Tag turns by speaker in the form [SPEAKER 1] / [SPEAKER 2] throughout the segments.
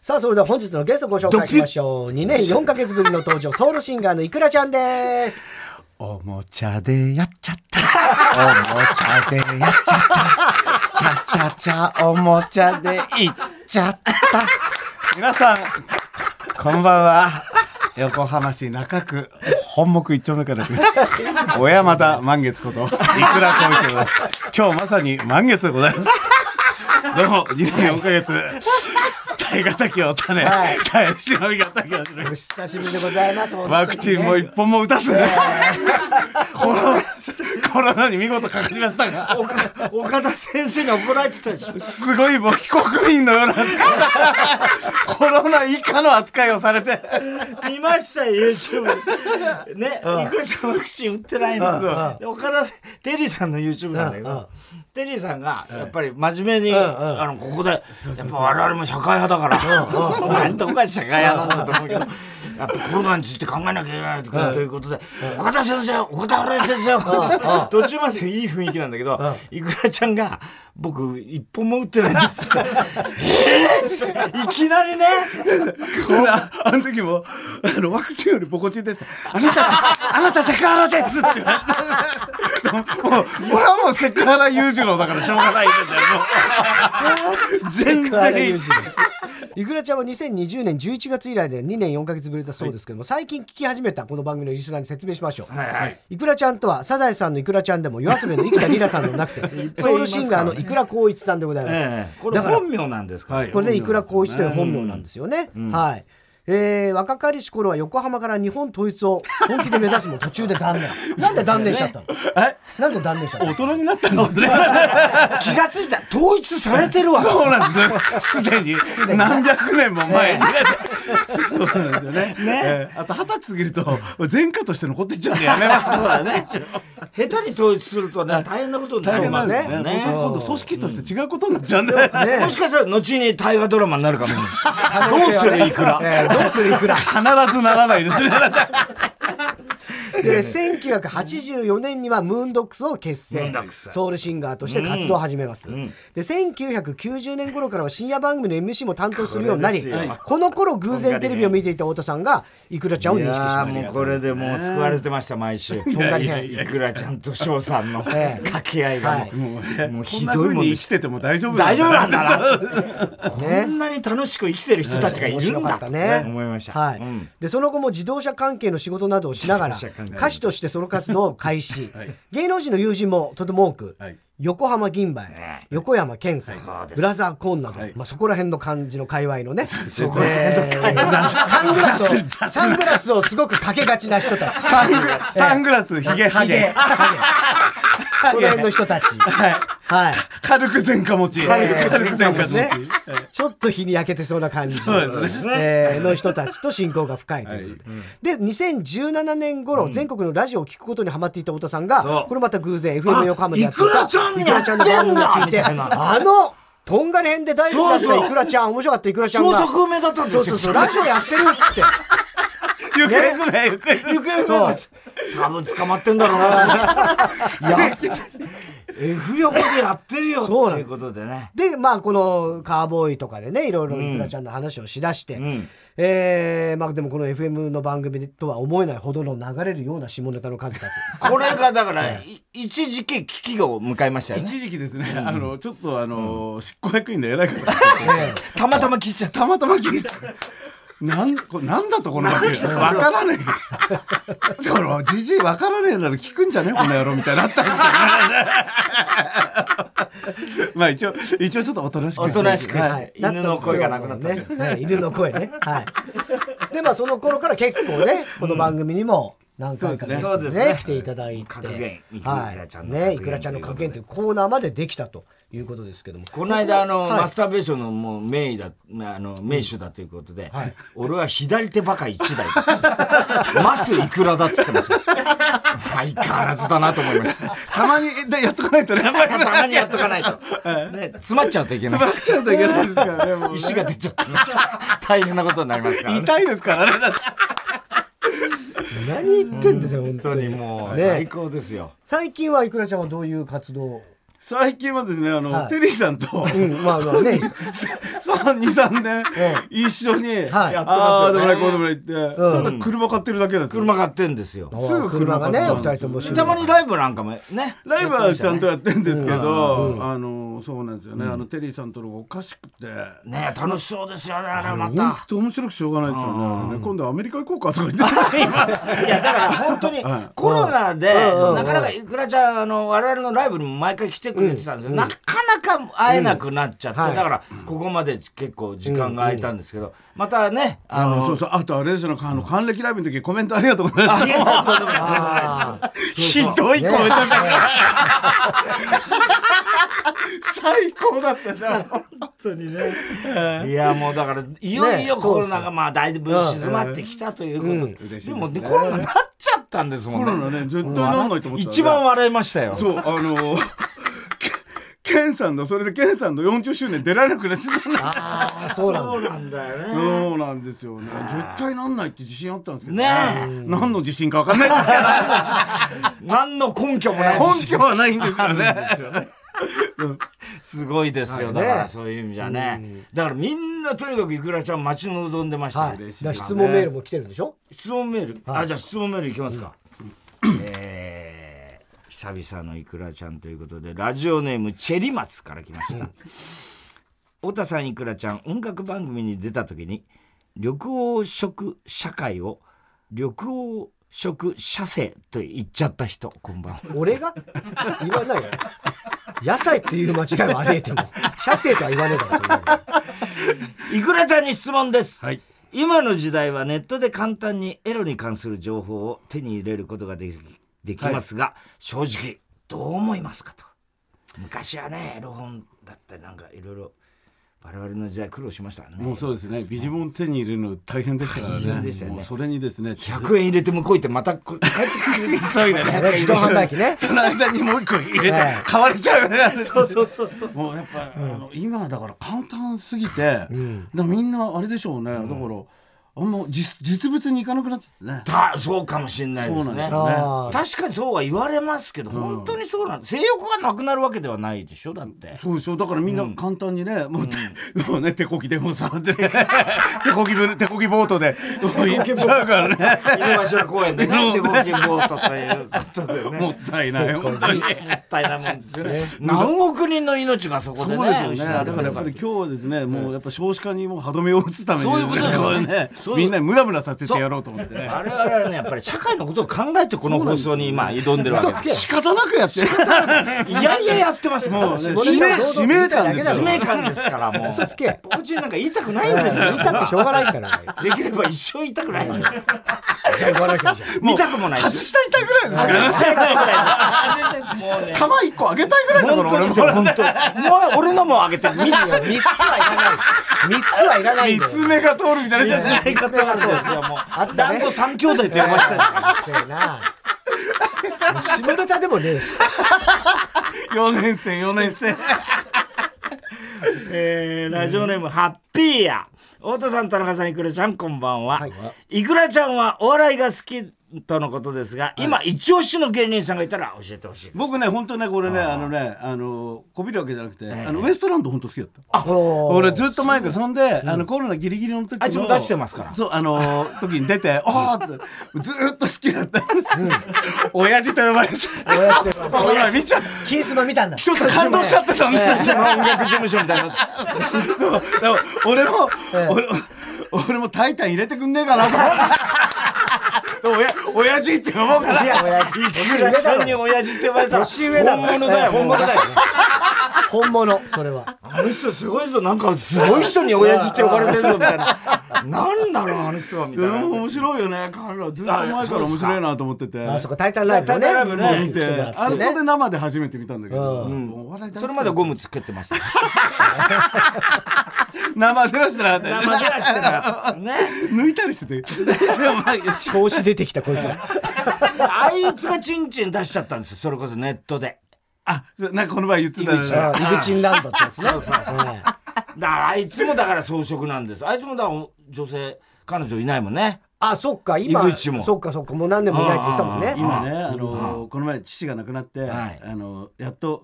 [SPEAKER 1] さあ、それでは本日のゲストご紹介しましょう。2年4ヶ月ぶりの登場、ソウルシンガーのいくらちゃんです。
[SPEAKER 2] おもちゃでやっちゃった。おもちゃでやっちゃった。ちゃちゃちゃおもちゃでいっちゃった。皆さん、こんばんは。横浜市中区本木一丁目から来ました小山田満月こといくらこいてます。今日まさに満月でございます。どうも2年4ヶ月大型きを種、
[SPEAKER 1] はい
[SPEAKER 2] 大忍びがたきを種
[SPEAKER 1] お久しぶりでございます。
[SPEAKER 2] ワクチンも
[SPEAKER 1] 本当にね
[SPEAKER 2] 一本も打たず、コロナコロナに見事かかりましたが、
[SPEAKER 1] 岡岡田先生に怒られてたでしょ。
[SPEAKER 2] すごいもう非国民のような扱い、コロナ以下の扱いをされて、
[SPEAKER 3] 見ましたよ YouTube でねいくらちゃんワクチン打ってないんです
[SPEAKER 1] うんう
[SPEAKER 3] よ
[SPEAKER 1] ん
[SPEAKER 3] で岡田テリーさんの YouTube なんだけ
[SPEAKER 1] うんうん
[SPEAKER 3] どテリーさんがやっぱり真面目に
[SPEAKER 1] んうん
[SPEAKER 3] あのここでやっぱ我々も社会派だからなんとか社会派なんだと思うけどやっぱコロナについて考えなきゃいけないということで岡田先生岡田原先生途中までいい雰囲気なんだけどいくらちゃんが僕一本も打ってないんですえーっていきなりね
[SPEAKER 2] ああの時もあのワクチンよりポコチンでした。あなたあなたセクハラですって言われた。もう俺はもうセクハラ裕次郎だからしょうがないんだよ。もう全然
[SPEAKER 1] いくらちゃんは2020年11月以来で2年4ヶ月ぶりだそうですけども、最近聞き始めたこの番組のリスナーに説明しましょう。
[SPEAKER 3] はいはい
[SPEAKER 1] いくらちゃんとはサザエさんのいくらちゃんでも夜遊びの生田リラさんでもなくてソウルシンガーのいくら光一さんでございます。
[SPEAKER 3] ええこれ
[SPEAKER 1] だから
[SPEAKER 3] 本名なんですか、
[SPEAKER 2] はい
[SPEAKER 1] これねいくら光一というのは本名なんですよね。はい。えー、若かりし頃は横浜から日本統一を本気で目指すも途中で断 念。なんで断念しちゃったの？
[SPEAKER 2] え
[SPEAKER 1] なんで断念しちゃった
[SPEAKER 2] 大
[SPEAKER 1] の？
[SPEAKER 2] 人になったんですね。
[SPEAKER 3] 気がついた統一され てる わ
[SPEAKER 2] そうなんですよ。すでに何百年も前に。そうなんですよね。ええあと二十歳過ぎると前科として残っていっちゃうんでやめます。
[SPEAKER 3] そうだね下手に統一するとね大変なことにな
[SPEAKER 2] 大
[SPEAKER 3] り
[SPEAKER 2] 変な
[SPEAKER 3] ま
[SPEAKER 2] ん
[SPEAKER 3] す
[SPEAKER 2] で
[SPEAKER 3] よ
[SPEAKER 2] す
[SPEAKER 3] ね
[SPEAKER 2] ね。今度組織として違うことになっちゃうんで。必
[SPEAKER 1] ね
[SPEAKER 3] もしかしたら後に大河ドラマになるかもしれないどうするいくら、
[SPEAKER 1] えーどうするいくら
[SPEAKER 2] ずならないですね。
[SPEAKER 1] で1984年にはムーンドックスを結成
[SPEAKER 3] ムーンドックス
[SPEAKER 1] ソウルシンガーとして活動を始めます、で1990年頃からは深夜番組の MC も担当するようになり
[SPEAKER 3] こ
[SPEAKER 1] こ
[SPEAKER 3] れですよ
[SPEAKER 1] の頃偶然テレビを見ていた太田さんがいくらちゃんを
[SPEAKER 3] い
[SPEAKER 1] 認識し
[SPEAKER 3] や
[SPEAKER 1] まし
[SPEAKER 3] ー
[SPEAKER 1] た
[SPEAKER 3] もうこれでもう救われてました毎週
[SPEAKER 1] んがり編
[SPEAKER 3] いくらちゃんと翔さんの
[SPEAKER 1] ええ
[SPEAKER 3] 掛け合いがもう,、もう
[SPEAKER 2] こ
[SPEAKER 3] ひ
[SPEAKER 2] んな
[SPEAKER 3] どい
[SPEAKER 2] 風
[SPEAKER 3] もん
[SPEAKER 2] に
[SPEAKER 3] で
[SPEAKER 2] 生
[SPEAKER 3] し
[SPEAKER 2] きてても大丈夫
[SPEAKER 3] 大丈夫なんだ
[SPEAKER 2] な。
[SPEAKER 3] な こんなに楽しく生きてる人たちがいるんだとね思いました、
[SPEAKER 1] はい
[SPEAKER 3] うん
[SPEAKER 1] でその後も自動車関係の仕事などをしながら
[SPEAKER 3] 自動車関係
[SPEAKER 1] 歌手としてソロ活動を開 始、芸能人の友人もとても多く、
[SPEAKER 2] はい
[SPEAKER 1] 横浜銀杯、
[SPEAKER 3] ね
[SPEAKER 1] 横山健さん
[SPEAKER 3] そうです
[SPEAKER 1] ブラザーコーンなど、
[SPEAKER 2] はい
[SPEAKER 1] まあ、そこら辺の感じの界隈のね
[SPEAKER 3] そこら辺の界隈
[SPEAKER 1] えーサングラスをサングラスをすごくかけがちな人た ち
[SPEAKER 2] サングラサングラス、ヒゲ、ハ
[SPEAKER 1] ヒゲ
[SPEAKER 2] ゲ。
[SPEAKER 1] この辺の人たちはい、はい
[SPEAKER 2] 軽く前科持ち。軽く前科持ち。
[SPEAKER 1] ね、 ちょっと日に焼けてそうな感じ
[SPEAKER 2] そうですね
[SPEAKER 1] えーの人たちと親交が深いということで,、で2017年頃、全国のラジオを聞くことにハマっていた太田さんが
[SPEAKER 3] そう
[SPEAKER 1] これまた偶然 FM 横浜でやってい
[SPEAKER 3] いくらちゃん
[SPEAKER 1] いくらちゃんの番組を聞いて
[SPEAKER 3] やってんだみたい
[SPEAKER 1] あのとんがり編で大好きだっ
[SPEAKER 3] そうそ
[SPEAKER 1] た
[SPEAKER 3] う
[SPEAKER 1] いくらちゃん面白かったいくらちゃん
[SPEAKER 3] 消
[SPEAKER 1] が
[SPEAKER 3] 息を目立たんです
[SPEAKER 1] そ
[SPEAKER 3] よ
[SPEAKER 1] うそうそうラジオやってるっつって
[SPEAKER 2] 行方不明、行方不明。
[SPEAKER 3] 行方不明です多分捕まってんだろうないや F 横でやってるよ
[SPEAKER 1] そうな
[SPEAKER 3] と
[SPEAKER 1] の
[SPEAKER 3] いうことでね
[SPEAKER 1] でまあこのカーボーイとかでねいろいろいくらちゃんの話をしだして、
[SPEAKER 3] ん
[SPEAKER 1] えーまあ、でもこの FM の番組とは思えないほどの流れるような下ネタの数々。
[SPEAKER 3] これがだからい一時期危機を迎えましたよね
[SPEAKER 2] 一時期ですね、あの、ちょっとあの、執行役員の偉い方が。
[SPEAKER 3] たまたま聞いちゃった
[SPEAKER 2] たまたま聞いた。なん、これなんだとこの番組。わからねえ。だから、じじいわからねえなら聞くんじゃねえこの野郎みたいになったんですけどね。 まあ一応、一応ちょっとおとなしく。
[SPEAKER 3] おとなしく
[SPEAKER 2] はい
[SPEAKER 3] して犬の声がなくなった
[SPEAKER 1] ね。はい犬の声ね。はい。でまあその頃から結構ねこの番組にも何回かゲスト
[SPEAKER 3] そうで
[SPEAKER 1] です
[SPEAKER 3] ね
[SPEAKER 1] ね来ていただいて。
[SPEAKER 3] 格言いく
[SPEAKER 1] は
[SPEAKER 3] らちゃん
[SPEAKER 1] い。
[SPEAKER 3] の格言
[SPEAKER 1] ねいくらちゃんの格言というコーナーまでできたということですけども。
[SPEAKER 3] この間あの、
[SPEAKER 1] はい
[SPEAKER 3] マスターベーションのもう名医だあの名手だということで、俺は左手ばかり一台 マスいくらだっつってました相変わらずだなと思いました
[SPEAKER 2] たまに、で、やっとかない とね。やっぱり
[SPEAKER 3] たまにやっとかないと、ね、詰まっちゃうと いけない
[SPEAKER 2] 詰まっちゃうといけないですからね。 もう
[SPEAKER 3] 石が出ちゃって大変なことになりますから、ね、
[SPEAKER 2] 痛いですからね。だって
[SPEAKER 1] 何言ってんですよ本
[SPEAKER 3] 本
[SPEAKER 1] 当
[SPEAKER 3] 当に
[SPEAKER 1] に。
[SPEAKER 3] もう
[SPEAKER 1] ね
[SPEAKER 3] 最高ですよ、
[SPEAKER 1] 最近はいくらちゃんはどういう活動を
[SPEAKER 2] 最近はですねあの、
[SPEAKER 1] はい
[SPEAKER 2] テリーさんと、
[SPEAKER 1] うん、まあまあね。
[SPEAKER 2] 323年一緒に、
[SPEAKER 1] はい
[SPEAKER 3] やってますよね
[SPEAKER 2] ああでもないこうでもないって、
[SPEAKER 1] ん
[SPEAKER 2] ただ車買ってるだけなんですよ
[SPEAKER 3] 車買ってんですよ。
[SPEAKER 2] すぐ車
[SPEAKER 1] が
[SPEAKER 2] 買っ
[SPEAKER 1] ね、
[SPEAKER 2] た
[SPEAKER 1] お二人とも趣味
[SPEAKER 3] たまにライブなんかもね。
[SPEAKER 2] ライブはちゃんとやってんですけど、あのそうなんですよね、あのテリーさんとのがおかしくて。
[SPEAKER 3] ね楽しそうですよね、あれま
[SPEAKER 2] 本
[SPEAKER 3] た。
[SPEAKER 2] 当面白くしょうがないですよね。今度アメリカ行こうかとか言っ て。
[SPEAKER 3] いや、だから本当にコロナで、なかなかいくらちゃん、あの、我々のライブにも毎回来てくれてたんですけど、なかなか会えなくなっちゃって、
[SPEAKER 1] うんはい
[SPEAKER 3] だからここまで結構時間が空いたんですけど、またね、あ
[SPEAKER 2] あ
[SPEAKER 3] の、
[SPEAKER 2] そうそう、あとあれですよ、あの還暦ライブの時、コメントありがとうございま
[SPEAKER 3] あ
[SPEAKER 2] し
[SPEAKER 3] りがとうございます
[SPEAKER 1] ああ
[SPEAKER 2] た。ひどいコメントだから。最高だったじゃん。
[SPEAKER 3] いやもうだからいよいよ
[SPEAKER 1] ね
[SPEAKER 3] コロナがまあだいぶ静まってきたということ、で
[SPEAKER 2] 嬉しいですね
[SPEAKER 3] もねコロナなっちゃったんですも
[SPEAKER 2] コ
[SPEAKER 3] んね
[SPEAKER 2] ロナね、絶対なんないと思ってた。
[SPEAKER 3] 一番笑いましたよ
[SPEAKER 2] そう、あの。けケンさんの、それでケンさんの40周年出られなくなっちゃったの。
[SPEAKER 1] あそうなんだ。
[SPEAKER 3] そうなんだよね
[SPEAKER 2] そうなんですよね。絶対なんないって自信あったんですけど
[SPEAKER 3] ねえ
[SPEAKER 2] 何の自信かわかんないですから。
[SPEAKER 3] 何の根拠もない
[SPEAKER 2] 根拠はないんですよね。
[SPEAKER 3] すごいですよだからそういう意味じゃねだからみんなとにかくいくらちゃん待ち望んでました
[SPEAKER 1] は
[SPEAKER 3] よ
[SPEAKER 1] い。だ
[SPEAKER 2] 嬉しい
[SPEAKER 1] か
[SPEAKER 2] な
[SPEAKER 1] ら質問メールも来てるんでしょ。
[SPEAKER 3] 質問メール
[SPEAKER 1] は
[SPEAKER 3] あ
[SPEAKER 1] い
[SPEAKER 3] じゃあ質問メールいきますかえー久々のいくらちゃんということでラジオネームチェリマツから来ました太田さんいくらちゃん音楽番組に出た時に緑黄色社会を緑黄色社生と言っちゃった人こんばんは
[SPEAKER 1] 俺が言わないよ。野菜っていう間違いはあり得ても、社生とは言わねえからそんなの。
[SPEAKER 3] いくらちゃんに質問です、
[SPEAKER 2] はい
[SPEAKER 3] 今の時代はネットで簡単にエロに関する情報を手に入れることができできますが、正直どう思いますかと昔はねエロ本だったりなんかいろいろ我々の時代苦労しましたから
[SPEAKER 2] も
[SPEAKER 3] ね
[SPEAKER 2] うそうですね。ビジモン手に入れるの大変でしたからね。
[SPEAKER 3] 大変でしたよね
[SPEAKER 2] もうそれにですね。
[SPEAKER 3] 100円入れて向こう行ってまたこ帰ってくる 急いで
[SPEAKER 1] ね人販売機ね
[SPEAKER 2] その間にもう一個入れて
[SPEAKER 1] ええ
[SPEAKER 2] 買われちゃうよね。そう
[SPEAKER 1] そうそうそう。
[SPEAKER 2] もうやっぱ、あの今はだから簡単すぎて、だからみんなあれでしょうね。だからあんま実実物に行かなくなっちゃってね。
[SPEAKER 3] たそうかもしれないです
[SPEAKER 2] そうなん
[SPEAKER 3] ね
[SPEAKER 2] ですよ
[SPEAKER 1] ああ。
[SPEAKER 3] 確かにそうは言われますけど、本当にそうなん性欲がなくなるわけではないでしょだって
[SPEAKER 2] そうでしょだからみんな簡単にね、もう,、もうね手こきでも触ってね 手こきぶ手こきボートでもう行っちゃうからね
[SPEAKER 3] 井の頭公園でね、手ごきボートということでね。
[SPEAKER 2] もったいない本当に。
[SPEAKER 3] もったいないもんですよね。何億人の命がそこでね、失
[SPEAKER 2] だ
[SPEAKER 3] われ
[SPEAKER 2] からやっ
[SPEAKER 3] てる
[SPEAKER 2] ぱ
[SPEAKER 3] から
[SPEAKER 2] り今。日はですね、もうやっぱ少子化にも歯止めを打つために、
[SPEAKER 3] そういうことですよね
[SPEAKER 2] これ
[SPEAKER 3] そう
[SPEAKER 2] みんなにムラムラさせてやろうと思ってね。
[SPEAKER 3] 我々はね、やっぱり社会のことを考えてこの放送に今挑んでるわけ
[SPEAKER 1] 嘘
[SPEAKER 3] で
[SPEAKER 1] つ
[SPEAKER 3] す。
[SPEAKER 1] け。
[SPEAKER 2] 仕方なくやってる。
[SPEAKER 3] いやいややってますから、
[SPEAKER 2] もうね
[SPEAKER 1] 下ネタを堂々と言いたいだけだろ
[SPEAKER 3] 使命感ですから、もう。
[SPEAKER 1] 嘘つけ。
[SPEAKER 3] 僕中なんか言いたくないんですよ。
[SPEAKER 1] 言いたってしょうがないから。
[SPEAKER 3] できれば一生言いたくないんですよ。
[SPEAKER 1] しょうがないからじゃん。
[SPEAKER 3] 見たくもない
[SPEAKER 2] 外
[SPEAKER 3] し。
[SPEAKER 2] したいたぐらいです
[SPEAKER 3] 外
[SPEAKER 2] からね。
[SPEAKER 3] しちゃいたくないです。もうね。
[SPEAKER 2] 玉一個あげたいぐらいだから
[SPEAKER 3] 本当
[SPEAKER 2] 俺
[SPEAKER 3] に
[SPEAKER 2] も
[SPEAKER 3] そ
[SPEAKER 2] こ
[SPEAKER 3] う、
[SPEAKER 2] れ
[SPEAKER 3] 本当に。もう俺のもあげて、3つ、3つはいらない。3つはいらないんだ
[SPEAKER 2] 三つ
[SPEAKER 3] よ
[SPEAKER 2] 目が通るみたいな。
[SPEAKER 3] やり方があるんですよ、も
[SPEAKER 1] あった
[SPEAKER 3] う。
[SPEAKER 1] ね
[SPEAKER 3] 団子三兄弟と呼ばせてた
[SPEAKER 1] うっせえな。もう下ネタでもねえし。
[SPEAKER 2] 四年生四年生。
[SPEAKER 3] えーラジオネーム、ハッピーや。太田さん、田中さん、いくらちゃん、こんばんは。
[SPEAKER 1] はい
[SPEAKER 3] い、くらちゃんはお笑いが好きとのことですが、今、一押しの芸人さんがいたら教えてほしい。
[SPEAKER 2] 僕ね本当ねこれねあのねあのこびるわけじゃなくてあのウエストランド本当好きだった。
[SPEAKER 1] お
[SPEAKER 2] 俺ずっと前からそんで、あのコロナギリギリの時の
[SPEAKER 3] あいつも出してますから
[SPEAKER 2] そうあのー時に出 てああってずーっと好きだったんです、親父と呼ばれてた
[SPEAKER 1] 親父と呼ばれてた
[SPEAKER 2] そう今見ちゃった
[SPEAKER 1] 金スマ見たんだ。
[SPEAKER 2] ちょっと感動しちゃってたんですよ、
[SPEAKER 3] その音楽事務所みたいになって
[SPEAKER 2] そうでも俺も、俺も俺もタイタン入れてくんねえかなと思ってでも親親父って思うから
[SPEAKER 3] いやいくらちゃんに親父って呼ばれたら
[SPEAKER 1] 年上だろ
[SPEAKER 3] 本物だよ
[SPEAKER 1] ええ本物だ
[SPEAKER 3] よ
[SPEAKER 1] よね。本物、それは。
[SPEAKER 3] あの人すごいぞなんかすごい人に親父って呼ばれてるぞみたいななんだろうあの人はみたい
[SPEAKER 2] で
[SPEAKER 3] な
[SPEAKER 2] も面白いよね彼らずっと前から面白いなと思ってて
[SPEAKER 1] あそこタイタンライブを
[SPEAKER 3] タイタンライブね
[SPEAKER 1] ね。
[SPEAKER 2] 見
[SPEAKER 1] 見てき
[SPEAKER 2] て
[SPEAKER 1] てもらって
[SPEAKER 2] あそこ
[SPEAKER 1] ね
[SPEAKER 2] で生で初めて見たんだけど、
[SPEAKER 1] う
[SPEAKER 2] お笑い大好き
[SPEAKER 3] それまでゴムつけてま した
[SPEAKER 2] 生ではしてなかったよね
[SPEAKER 3] 生ではしてなかったね
[SPEAKER 2] 抜いたり してて。
[SPEAKER 1] 調子出てきたこいつら。
[SPEAKER 3] あいつがチンチン出しちゃったんですよそれこそネットで
[SPEAKER 2] あ、そうなんかこの前言ってた
[SPEAKER 3] 井口
[SPEAKER 2] ね。
[SPEAKER 1] イグチンランドってやつね。そうそうそう。
[SPEAKER 3] だからあいつもだから装飾なんですあいつもだから女性彼女いないもんね
[SPEAKER 1] あ、そっか、今。
[SPEAKER 3] 井口も
[SPEAKER 1] そっか、そっか、もう何年もいないって言ってたもんね。
[SPEAKER 2] 今ね、あのーこの前父が亡くなって、
[SPEAKER 3] はい
[SPEAKER 2] あのーやっと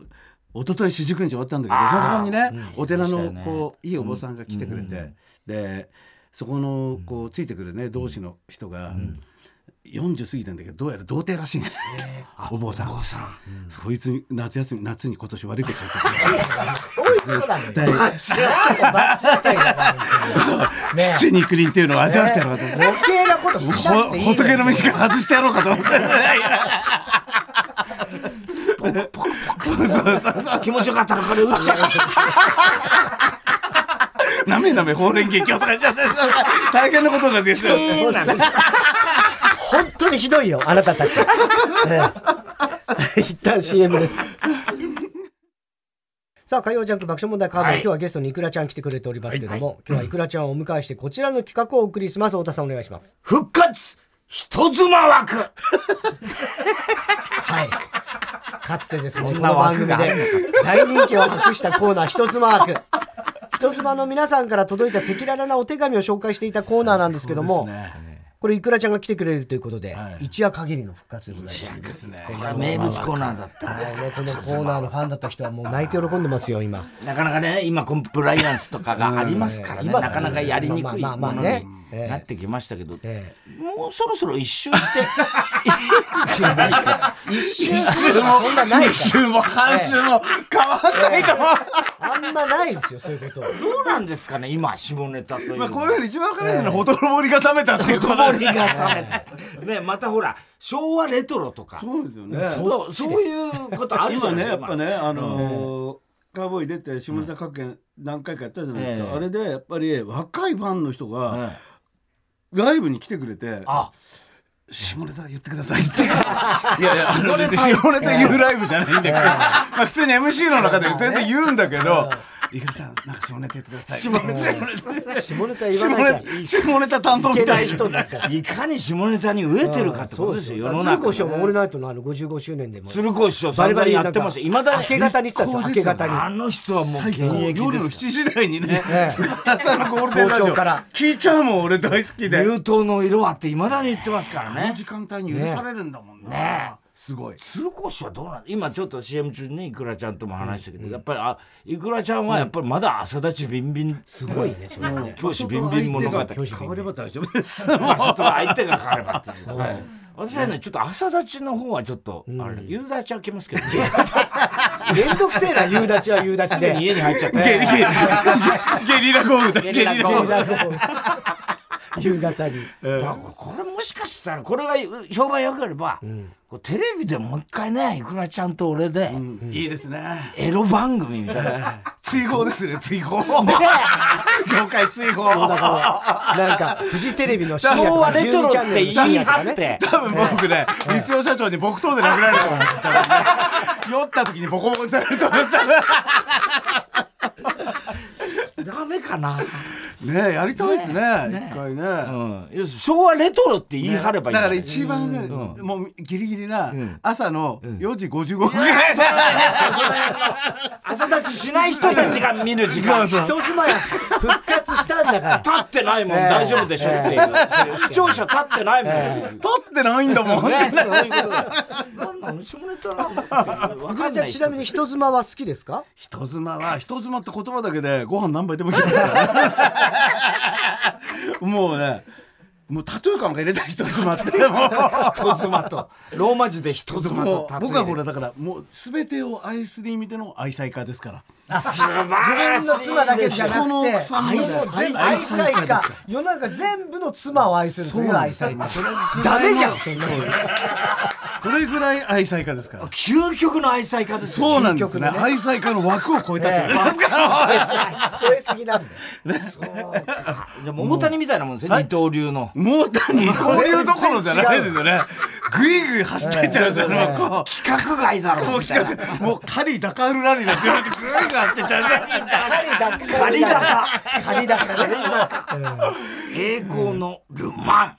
[SPEAKER 2] 一昨日四十九日終わったんだけどそこにね、お寺のこういいお坊さんが来てくれて、でそこのこうついてくるね同士の人が。40過ぎたんだけどどうやら童貞らしいね、お坊さんお坊さん、そいつに夏休み夏に今年悪いことしちゃった
[SPEAKER 1] そういうことなんだよ。
[SPEAKER 2] 絶対七にりんっていうのを味わわせてやろうかと思っ
[SPEAKER 1] 余計なことしなくて
[SPEAKER 2] て、
[SPEAKER 1] いい
[SPEAKER 2] ほ
[SPEAKER 1] よ。
[SPEAKER 2] 仏の道から外してやろうかと思って
[SPEAKER 3] 気持ちよかったらこれ打って
[SPEAKER 2] なめなめ法蓮華経とか言っちゃって大変なことになってきてる
[SPEAKER 3] そうなんですよ
[SPEAKER 1] 本当にひどいよ、あなたたち。ええ 一旦 CM です。さあ、火曜ジャンク爆笑問題カーボン、
[SPEAKER 3] はい
[SPEAKER 1] 今日はゲストにいくらちゃん来てくれておりますけども、今日はいくらちゃんをお迎えして、こちらの企画をお送りします。太田さんお願いします。
[SPEAKER 3] 復活人妻枠
[SPEAKER 1] はい。かつてですね、こ
[SPEAKER 3] ん
[SPEAKER 1] の
[SPEAKER 3] な
[SPEAKER 1] 番
[SPEAKER 3] 枠
[SPEAKER 1] 組
[SPEAKER 3] が
[SPEAKER 1] で大人気を博したコーナー、人妻枠。人妻の皆さんから届いた赤裸々なお手紙を紹介していたコーナーなんですけども、これいくらちゃんが来てくれるということで、
[SPEAKER 2] はい
[SPEAKER 1] 一夜限りの復活でございます。
[SPEAKER 2] ですね
[SPEAKER 3] これ名物コーナーだった
[SPEAKER 1] はいねこのコーナーのファンだった人はもう泣いて喜んでますよ、今。
[SPEAKER 3] なかなかね今コンプライアンスとかがありますからね
[SPEAKER 1] 今
[SPEAKER 3] なかなかやりにくい
[SPEAKER 1] まあま
[SPEAKER 3] も
[SPEAKER 1] あまあ
[SPEAKER 3] の
[SPEAKER 1] ね
[SPEAKER 3] に
[SPEAKER 1] ええ
[SPEAKER 3] なってきましたけど
[SPEAKER 1] え
[SPEAKER 3] もうそろそろ一周して
[SPEAKER 1] 一周するとかそんなないか
[SPEAKER 2] 一週も半週も変わんないと思う、
[SPEAKER 1] ら。あんまないですよ、そういうこと。
[SPEAKER 3] どうなんですかね今下ネタというの
[SPEAKER 2] ま
[SPEAKER 3] は
[SPEAKER 2] あ、こういうの一番わからないのはほとぼりが冷めたっていうことだよね
[SPEAKER 3] 鳥が冷めた ねまたほら昭和レトロとか
[SPEAKER 2] そうですよね
[SPEAKER 3] そうそういうことあるじゃ
[SPEAKER 2] 今
[SPEAKER 3] ない
[SPEAKER 2] ね
[SPEAKER 3] ですか
[SPEAKER 2] やっぱねあのーカーボーイ出て下ネタ各県何回かやったじゃないです
[SPEAKER 3] え
[SPEAKER 2] か、
[SPEAKER 3] え
[SPEAKER 2] あれでやっぱり若いファンの人が、
[SPEAKER 3] うん
[SPEAKER 2] ライブに来てくれて
[SPEAKER 3] あ
[SPEAKER 2] 「下ネタ言ってください」っていやいやあの別に下ネタ言うライブじゃないんだけど、まあ、普通に MC の中で言って言うんだけど「いくらちゃんなんか下ネタ言ってください」下ネタ
[SPEAKER 1] 下ネタ言わな
[SPEAKER 2] 下
[SPEAKER 1] い
[SPEAKER 2] ネタ下ネタ担当
[SPEAKER 1] い
[SPEAKER 2] みたい
[SPEAKER 1] けない人になっちゃ
[SPEAKER 3] いかに下ネタに飢えてるかってことですよ世の
[SPEAKER 1] 鶴
[SPEAKER 3] 中
[SPEAKER 1] 子師匠も「オールナイト」のあの55周年でも
[SPEAKER 3] 鶴子師匠
[SPEAKER 1] バリ
[SPEAKER 3] バリ
[SPEAKER 1] バ
[SPEAKER 3] バ
[SPEAKER 1] リ
[SPEAKER 3] リやってましたいまだ
[SPEAKER 1] 明
[SPEAKER 3] に
[SPEAKER 1] け方にしてたんですよ明け方に
[SPEAKER 3] あの人はもう現
[SPEAKER 2] 夜
[SPEAKER 3] 役で
[SPEAKER 2] の
[SPEAKER 3] す
[SPEAKER 2] 7時台にね
[SPEAKER 1] え
[SPEAKER 2] 朝のゴールデンラジ
[SPEAKER 1] 早
[SPEAKER 2] オ
[SPEAKER 1] 朝から
[SPEAKER 2] 聞いちゃうもん俺大好きで
[SPEAKER 3] 入党の色はっていまだに言ってますから
[SPEAKER 2] あの
[SPEAKER 3] ね
[SPEAKER 2] 時間帯に許されるんだもんね
[SPEAKER 3] ね
[SPEAKER 2] すごい
[SPEAKER 3] 鶴子師匠はどうなん今ちょっと CM 中にねいくらちゃんとも話したけど、やっぱりあいくらちゃんはやっぱりまだ朝立ちビンビンす
[SPEAKER 1] ごいねそれね
[SPEAKER 3] 教師ビンビン物語
[SPEAKER 2] 場所と相手が変われば大丈夫です
[SPEAKER 3] まあちょっと相手が変わればっていう、私はねちょっと朝立ちの方はちょっと、あれだ夕立ちは来ますけど、ね、
[SPEAKER 1] めんどくせえな夕立は夕立
[SPEAKER 3] すぐ
[SPEAKER 1] で
[SPEAKER 3] に家に入っちゃって、
[SPEAKER 2] ゲリゲリゲリラ豪雨だゲ
[SPEAKER 3] ゲ
[SPEAKER 2] リ
[SPEAKER 3] リ
[SPEAKER 2] ラ
[SPEAKER 3] ラ
[SPEAKER 2] 豪
[SPEAKER 3] 豪
[SPEAKER 2] 雨
[SPEAKER 3] 雨
[SPEAKER 1] 夕方に
[SPEAKER 3] だからこれもしかしたらこれが評判良ければ、こうテレビでもう一回ねいくらちゃんと俺で、
[SPEAKER 2] いいですね
[SPEAKER 3] エロ番組みたい な。
[SPEAKER 2] 追放ですね追放業界追放
[SPEAKER 1] なんかフジテレビの深夜
[SPEAKER 3] 昭
[SPEAKER 1] と
[SPEAKER 3] 和
[SPEAKER 1] か
[SPEAKER 3] レト
[SPEAKER 1] 12
[SPEAKER 3] ロっ
[SPEAKER 1] チャンネルの
[SPEAKER 3] て言い
[SPEAKER 1] 深夜とか
[SPEAKER 3] 張っ
[SPEAKER 1] ね
[SPEAKER 3] て。
[SPEAKER 2] 多分僕ね光代社長に僕等で殴られると思います多分ね酔った時にボコボコにされると思います多
[SPEAKER 3] ダメかな。
[SPEAKER 2] 分ねえやりたいですね一回
[SPEAKER 3] う
[SPEAKER 2] ね
[SPEAKER 3] ん。要するに昭和レトロって言い張れば
[SPEAKER 2] だ
[SPEAKER 3] いいん
[SPEAKER 2] から
[SPEAKER 3] よ
[SPEAKER 2] 一番ね
[SPEAKER 3] う
[SPEAKER 2] もうギリギリなん朝の4時55分ぐらい
[SPEAKER 3] その朝立ちしない人たちが見る時間。
[SPEAKER 1] 人妻や復活したんだから
[SPEAKER 3] 立ってないもん
[SPEAKER 1] ええ
[SPEAKER 3] 大丈夫でしょっていう。視聴者立ってないもん。ね
[SPEAKER 2] 撮ってないんだもん
[SPEAKER 3] そういうことだ。なんなの下ネタなんだって。わかん
[SPEAKER 1] じゃ
[SPEAKER 3] な
[SPEAKER 1] あ
[SPEAKER 3] い人。
[SPEAKER 1] ちなみに人妻は好きですか
[SPEAKER 2] 人妻は人妻って言葉だけでご飯何杯でもいけますからね もうねもうタトゥー感が入れたい人妻っても
[SPEAKER 3] 人妻とローマ字で人
[SPEAKER 2] う
[SPEAKER 3] 妻
[SPEAKER 2] も
[SPEAKER 3] と
[SPEAKER 2] う僕はほらだからもう全てを愛する意味での愛妻家ですから
[SPEAKER 3] 素晴らしい
[SPEAKER 1] 自分の妻だけじゃな
[SPEAKER 2] この
[SPEAKER 1] くて
[SPEAKER 2] 奥さんも
[SPEAKER 1] 愛妻
[SPEAKER 2] 愛
[SPEAKER 1] 家
[SPEAKER 2] 妻
[SPEAKER 1] 愛妻
[SPEAKER 2] 愛妻
[SPEAKER 1] 家
[SPEAKER 2] 家ですか
[SPEAKER 1] 世の中全部の妻を愛するという愛妻家
[SPEAKER 2] そう
[SPEAKER 1] ダメじゃんそんなの
[SPEAKER 2] それぐらい愛妻家ですから
[SPEAKER 3] 究極の愛妻家ですよ
[SPEAKER 2] そうなんですね愛妻家の枠を超えたって言われますから、
[SPEAKER 1] 添えすぎなんだよ
[SPEAKER 3] じゃあもう大谷みたいなもんですね二刀流の
[SPEAKER 2] もう単にこういうところじゃないですよねぐいぐい走ってっちゃうんですよね、もうこう
[SPEAKER 3] 規格外だろ
[SPEAKER 2] もう
[SPEAKER 3] みたいな
[SPEAKER 2] 企画もうカリーダカールラリーなんて言われてグーンなってちゃうじゃん
[SPEAKER 1] 仮だか仮だか仮だか
[SPEAKER 3] 栄光のルマン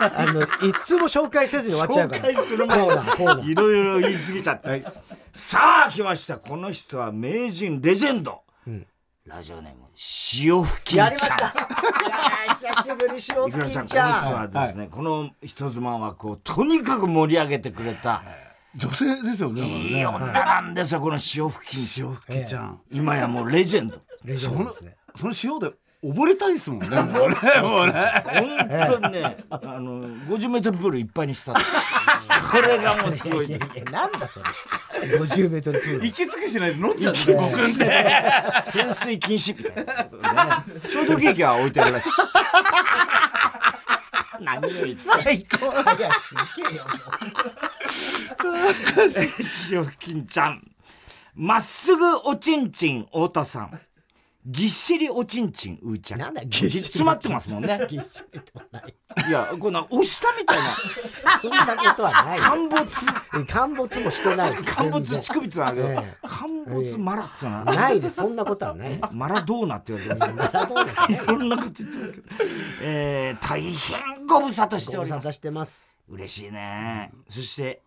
[SPEAKER 1] あのいつも紹介せずに終わっちゃうから
[SPEAKER 3] 紹介する
[SPEAKER 1] コーナーコーナー
[SPEAKER 3] いろいろ言い過ぎちゃって、
[SPEAKER 2] はい
[SPEAKER 3] さあ来ましたこの人は名人レジェンド、ラジオネーム、潮吹きちゃ
[SPEAKER 1] や
[SPEAKER 3] ん。
[SPEAKER 1] りました。いやー久しぶり、
[SPEAKER 3] い
[SPEAKER 1] 塩
[SPEAKER 3] くら
[SPEAKER 1] 吹
[SPEAKER 3] ちゃん、
[SPEAKER 1] き
[SPEAKER 3] こ
[SPEAKER 1] ち
[SPEAKER 3] の
[SPEAKER 1] ゃ
[SPEAKER 3] 人
[SPEAKER 1] ん。
[SPEAKER 3] はですね、この人妻枠をとにかく盛り上げてくれた、
[SPEAKER 2] 女性ですよね。これね
[SPEAKER 3] いい女なんですよ、この潮吹きちゃん。
[SPEAKER 2] 塩吹きちゃん。
[SPEAKER 3] 今やもうレジェンド。
[SPEAKER 1] レジェンドですね。
[SPEAKER 2] その塩で溺れたいですもんね。もうねもうね
[SPEAKER 3] 本当にね、あの、50メートルプールいっぱいにした。これがもうすごいです。
[SPEAKER 1] いやなんだそれ。50メートルプール。
[SPEAKER 2] 息つきしないで飲んじゃう。
[SPEAKER 3] 潜水禁止みたいなことでね。ショートケーキは置いてるらしい。何よりつ
[SPEAKER 1] 最高。いや、行けよ。
[SPEAKER 3] 塩金ちゃん。まっすぐおちんちん太田さん。ぎっしりおちんちんうーちゃん。
[SPEAKER 1] なんだぎっしり
[SPEAKER 3] 詰まってますもんね。
[SPEAKER 1] ぎっしりとはない。
[SPEAKER 3] いや、こんな押したみたいな。
[SPEAKER 1] そんなことはない。
[SPEAKER 3] 陥没。
[SPEAKER 1] 陥没もしてないです。
[SPEAKER 3] 陥没
[SPEAKER 1] 全然
[SPEAKER 3] 乳首つなげど
[SPEAKER 1] え
[SPEAKER 3] 陥没マラっつうのは
[SPEAKER 1] ないです。そんなことはないです。
[SPEAKER 3] マラドーナって言われてますよね。
[SPEAKER 1] マラドーナ
[SPEAKER 3] いろんなこと言ってますけど。えー、大変ご無沙汰してお
[SPEAKER 1] ご
[SPEAKER 3] り
[SPEAKER 1] 無沙
[SPEAKER 3] ま
[SPEAKER 1] 汰
[SPEAKER 3] す。
[SPEAKER 1] してます。
[SPEAKER 3] 嬉しいね。そして、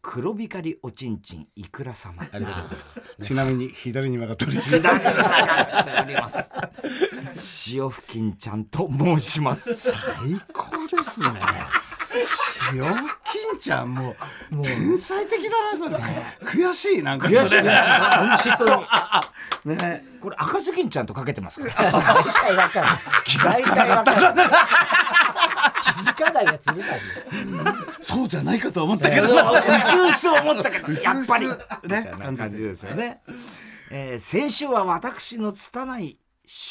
[SPEAKER 3] 黒光りおちんちんいくら様。ありがとうございます。
[SPEAKER 2] ちなみに左に曲がっておりま
[SPEAKER 3] 津
[SPEAKER 2] す。
[SPEAKER 3] 田がおります。塩付近ちゃんと申します。
[SPEAKER 2] 最高ですね。塩吹きちゃんもう天才的だなそれ。悔しいなんか。
[SPEAKER 3] 悔しいです。本
[SPEAKER 2] い。ね。
[SPEAKER 3] 当にこれ赤ずきんちゃんとかけてますから。
[SPEAKER 1] 大体わかる。大体わかる。気づかないやついるからね。
[SPEAKER 2] そうじゃないかとは思ったけ
[SPEAKER 3] う
[SPEAKER 2] ど。
[SPEAKER 3] すうす思ったけど、やっぱり。
[SPEAKER 2] りね感じですよね。
[SPEAKER 3] ね。えー先週は私の拙い